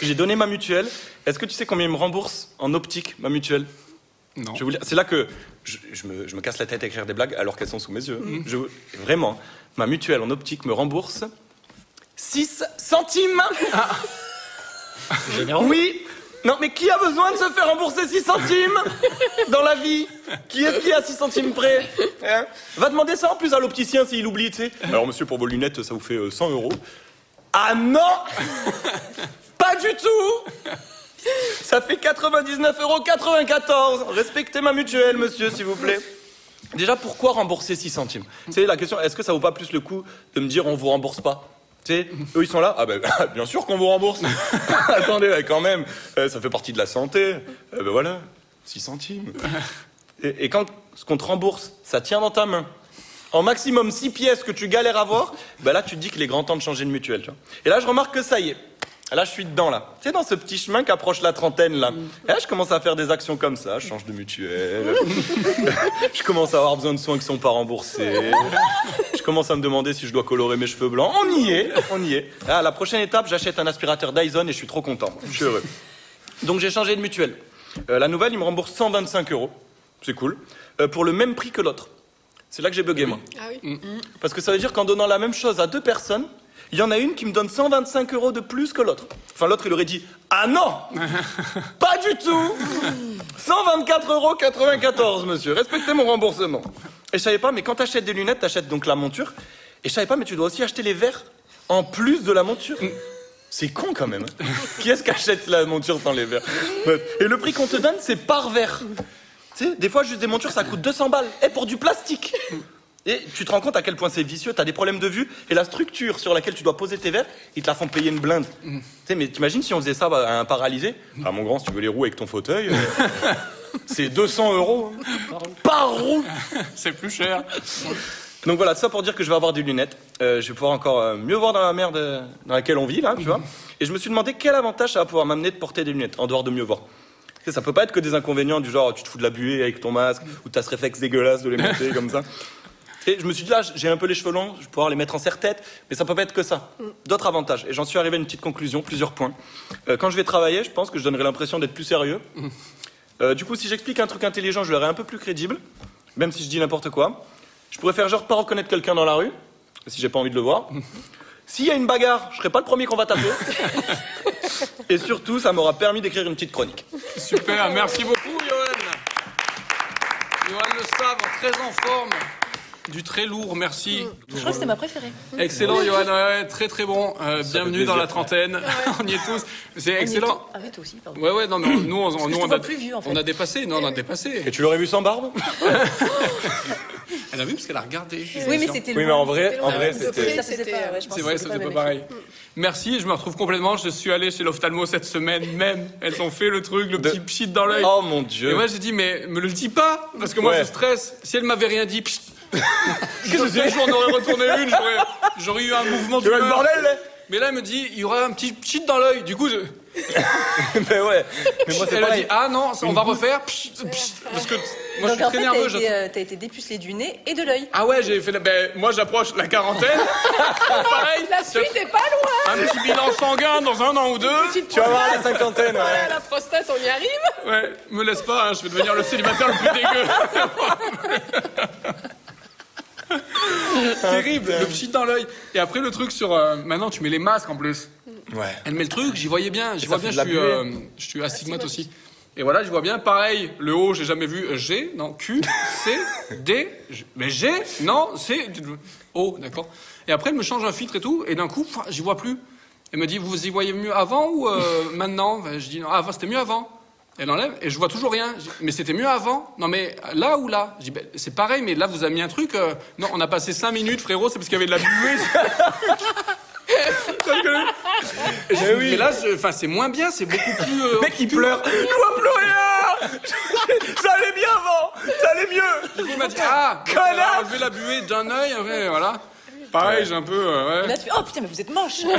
Speaker 3: J'ai donné ma mutuelle. Est-ce que tu sais combien il me rembourse en optique, ma mutuelle
Speaker 1: Non.
Speaker 3: Je vais vous lire- C'est là que je, je me, je me casse la tête à écrire des blagues alors qu'elles sont sous mes yeux. Je vous- vraiment, ma mutuelle en optique me rembourse (laughs) 6 centimes Oui Non, mais qui a besoin de se faire rembourser 6 centimes dans la vie Qui est-ce qui a 6 centimes près Hein Va demander ça en plus à l'opticien s'il oublie, tu sais. Alors, monsieur, pour vos lunettes, ça vous fait euh, 100 euros. Ah non (laughs) pas du tout Ça fait 99,94 Respectez ma mutuelle, monsieur, s'il vous plaît. Déjà, pourquoi rembourser 6 centimes C'est la question, est-ce que ça vaut pas plus le coup de me dire on vous rembourse pas tu sais, eux ils sont là, ah ben (laughs) bien sûr qu'on vous rembourse. (laughs) Attendez, là, quand même, euh, ça fait partie de la santé. Eh ben voilà, 6 centimes. Et, et quand ce qu'on te rembourse, ça tient dans ta main. En maximum 6 pièces que tu galères à voir, bah là tu te dis qu'il est grand temps de changer de mutuelle. tu vois. Et là je remarque que ça y est. Là je suis dedans là. Tu sais dans ce petit chemin qu'approche la trentaine là. Et là je commence à faire des actions comme ça. Je change de mutuelle. (laughs) je commence à avoir besoin de soins qui sont pas remboursés. Je commence à me demander si je dois colorer mes cheveux blancs. On y est, on y est. Ah, la prochaine étape, j'achète un aspirateur Dyson et je suis trop content. moi. Je suis heureux. Donc j'ai changé de mutuelle. Euh, la nouvelle, il me rembourse 125 euros. C'est cool. Euh, pour le même prix que l'autre. C'est là que j'ai bugué moi.
Speaker 2: Ah oui.
Speaker 1: Mm.
Speaker 3: Parce que ça veut dire qu'en donnant la même chose à deux personnes, il y en a une qui me donne 125 euros de plus que l'autre. Enfin, l'autre, il aurait dit Ah non Pas du tout 124,94 euros, 94, monsieur. Respectez mon remboursement. Et je savais pas, mais quand t'achètes des lunettes, t'achètes donc la monture. Et je savais pas, mais tu dois aussi acheter les verres en plus de la monture. C'est con quand même. Qui est-ce qui achète la monture sans les verres Bref. Et le prix qu'on te donne, c'est par verre. Tu sais, des fois, juste des montures, ça coûte 200 balles. Et pour du plastique Et tu te rends compte à quel point c'est vicieux, t'as des problèmes de vue, et la structure sur laquelle tu dois poser tes verres, ils te la font payer une blinde. Tu sais, mais t'imagines si on faisait ça bah, à un paralysé Ah, mon grand, si tu veux les roues avec ton fauteuil, (laughs) euh, c'est 200 euros. hein. Par roue
Speaker 1: C'est plus cher.
Speaker 3: Donc voilà, ça pour dire que je vais avoir des lunettes. Euh, je vais pouvoir encore euh, mieux voir dans la merde euh, dans laquelle on vit, là, tu vois. Et je me suis demandé quel avantage ça va pouvoir m'amener de porter des lunettes, en dehors de mieux voir. Tu sais, ça peut pas être que des inconvénients du genre tu te fous de la buée avec ton masque ou t'as ce réflexe dégueulasse de les monter comme ça. Et je me suis dit là, j'ai un peu les cheveux longs, je vais pouvoir les mettre en serre-tête, mais ça peut pas être que ça. D'autres avantages. Et j'en suis arrivé à une petite conclusion, plusieurs points. Euh, quand je vais travailler, je pense que je donnerai l'impression d'être plus sérieux. Euh, du coup, si j'explique un truc intelligent, je l'aurai un peu plus crédible, même si je dis n'importe quoi. Je pourrais faire genre pas reconnaître quelqu'un dans la rue, si j'ai pas envie de le (laughs) voir. S'il y a une bagarre, je serai pas le premier qu'on va (laughs) taper. Et surtout, ça m'aura permis d'écrire une petite chronique.
Speaker 1: Super, merci beaucoup, Johan. Johan Le Savre, très en forme. Du très lourd, merci.
Speaker 7: Je crois que c'est ma préférée.
Speaker 1: Excellent, Johan, ouais, ouais, très très bon. Euh, bienvenue dans
Speaker 7: plaisir.
Speaker 1: la trentaine. (laughs) on y est tous. C'est excellent.
Speaker 7: Ah oui, toi aussi, pardon.
Speaker 1: Ouais, ouais, non, mais on- nous, on,
Speaker 7: Parce que
Speaker 1: nous,
Speaker 7: je te
Speaker 1: on
Speaker 7: vois
Speaker 1: a,
Speaker 7: plus vieux, en fait.
Speaker 1: on a dépassé. Non, on a dépassé.
Speaker 3: Et tu l'aurais vu sans barbe
Speaker 1: Elle a vu parce qu'elle a regardé.
Speaker 7: Oui, mais c'était
Speaker 3: Oui, mais en vrai- en vrai,
Speaker 7: c'était. loin. De
Speaker 3: c'était-
Speaker 7: près, ça faisait pas- ouais, je pense
Speaker 1: C'est
Speaker 7: que
Speaker 1: vrai,
Speaker 7: c'était
Speaker 1: ça c'est pas
Speaker 7: bénéfique.
Speaker 1: pareil. Hmm. Merci, je me retrouve complètement. Je suis allé chez l'ophtalmo cette semaine même. Elles ont fait le truc, le petit pchit dans l'œil.
Speaker 3: Oh mon Dieu.
Speaker 1: Et moi j'ai dit, mais me le dis pas, parce que moi
Speaker 3: Ouais.
Speaker 1: je stresse. Si elle m'avait rien dit, pchit.
Speaker 3: (laughs) que c'est
Speaker 1: Je m'en aurais retourné une, j'aurais, j'aurais eu un mouvement
Speaker 3: Tu vois le
Speaker 1: d'humeur.
Speaker 3: bordel, là
Speaker 1: Mais là, elle me dit, il y aura un petit pchit dans l'œil. Du coup, je-
Speaker 3: (laughs) Mais ouais. Mais moi, c'est
Speaker 1: elle a
Speaker 3: pareil.
Speaker 1: dit, ah non,
Speaker 3: (laughs)
Speaker 1: ça, on va refaire. pchit, pchit. parce que moi je
Speaker 7: Donc,
Speaker 1: suis
Speaker 7: en
Speaker 1: très
Speaker 7: fait,
Speaker 1: nerveux.
Speaker 7: T'as
Speaker 1: je-
Speaker 7: été, euh, t'as été dépucelé du nez et de l'œil.
Speaker 1: Ah ouais, j'ai fait. la- Ben, moi, j'approche la
Speaker 7: (laughs)
Speaker 1: quarantaine. Pareil.
Speaker 7: La suite est pas loin.
Speaker 1: Un petit bilan sanguin dans un an ou deux.
Speaker 3: Tu vas voir la cinquantaine. ouais.
Speaker 7: la prostate, on y arrive.
Speaker 1: Ouais, me laisse pas, hein, je vais devenir le célibataire le plus dégueu. Terrible, le pchit dans l'œil. Et après le truc sur... euh, maintenant tu mets les masques en plus.
Speaker 3: Ouais.
Speaker 1: Elle met le truc, j'y voyais bien, j'y
Speaker 3: ça
Speaker 1: vois
Speaker 3: fait
Speaker 1: bien,
Speaker 3: de
Speaker 1: je suis,
Speaker 3: la
Speaker 1: euh, je suis astigmate aussi. Et voilà, je vois bien, pareil, le haut, j'ai jamais vu euh, G, non, Q, C, D, G. mais G, non, C, D, O, d'accord. Et après, elle me change un filtre et tout, et d'un coup, pouah, j'y vois plus. Elle me dit, vous y voyez mieux avant ou
Speaker 3: (laughs)
Speaker 1: euh, maintenant Ben, Je dis, non, avant, c'était mieux avant. Elle enlève, et je vois toujours rien. Je dis, mais c'était mieux avant Non, mais là ou là Je dis, ben, c'est pareil, mais là, vous avez mis un truc. euh, Non, on a passé 5 minutes, frérot, c'est parce qu'il y avait de la
Speaker 3: (laughs)
Speaker 1: buée. (laughs) Et je- Mais là, je- enfin, c'est moins bien, c'est beaucoup plus. euh,
Speaker 11: Mec, il pleure. Je vois plus rien. Ça allait bien avant. Ça allait mieux.
Speaker 1: Il m'a dit Ah
Speaker 11: Connard.
Speaker 1: J'ai enlevé la buée d'un œil, après, voilà. Pareil, j'ai un peu. euh, ouais.
Speaker 7: Là, tu fais, oh putain, mais vous êtes moche.
Speaker 1: J'ai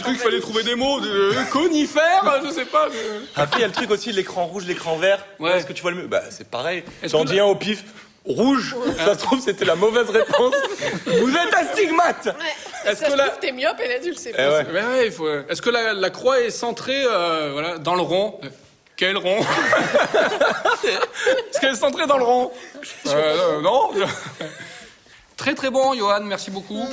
Speaker 1: cru qu'il fallait trouver des mots, de, euh, conifère, je sais pas. je-
Speaker 3: Après, il y a le truc aussi, l'écran rouge, l'écran vert.
Speaker 1: Ouais.
Speaker 3: Est-ce que tu vois le mieux Bah, c'est pareil.
Speaker 1: Est-ce
Speaker 3: J'en
Speaker 1: que-
Speaker 3: dis un au pif. Rouge, ça se trouve, c'était la mauvaise réponse. Vous êtes astigmate
Speaker 1: Est-ce
Speaker 2: Ça
Speaker 1: que
Speaker 2: se
Speaker 1: la-
Speaker 2: trouve, t'es myope et l'adulte, c'est
Speaker 3: Eh
Speaker 2: pas.
Speaker 3: ouais.
Speaker 1: Ouais, ben ouais, il faut- euh, Est-ce que la, la croix est centrée euh, voilà, dans le rond Quel rond (laughs) Est-ce qu'elle est centrée dans le rond Euh, euh, Non (laughs) Très très bon, Johan, merci beaucoup.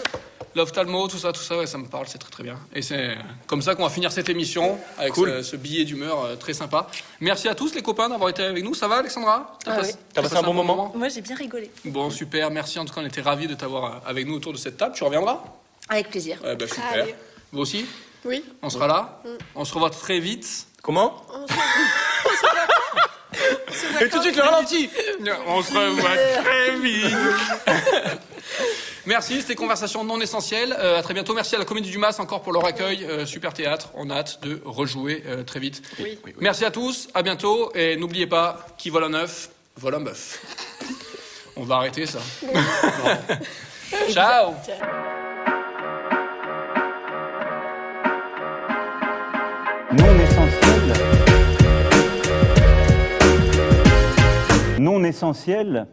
Speaker 1: L'ophtalmo, tout ça, tout ça, ouais, ça me parle, c'est très très bien. Et c'est euh, comme ça qu'on va finir cette émission avec
Speaker 3: Cool.
Speaker 1: ce, ce billet d'humeur euh, très sympa. Merci à tous les copains d'avoir été avec nous. Ça va, Alexandra T'as
Speaker 7: Ah
Speaker 1: passé-
Speaker 7: oui.
Speaker 3: T'as passé un bon moment
Speaker 7: Moi, j'ai bien rigolé.
Speaker 1: Bon, super, merci. En tout cas, on était ravis de t'avoir euh, avec nous autour de cette table. Tu reviendras
Speaker 7: Avec plaisir.
Speaker 1: Eh ben, super.
Speaker 2: Allez.
Speaker 1: Vous aussi
Speaker 2: Oui.
Speaker 1: On sera là. On se revoit très vite.
Speaker 3: Comment
Speaker 1: Et tout de suite le ralenti On se revoit très vite Merci, c'était Conversations non essentielles. Euh, à très bientôt. Merci à la Comédie du Mas encore pour leur accueil. Euh, super théâtre. On a hâte de rejouer euh, très vite.
Speaker 2: Oui.
Speaker 1: Merci à tous. À bientôt. Et n'oubliez pas, qui vole un œuf, vole un (laughs) bœuf. On va arrêter ça. Bon. Ciao
Speaker 4: Non essentiel. Non essentiel.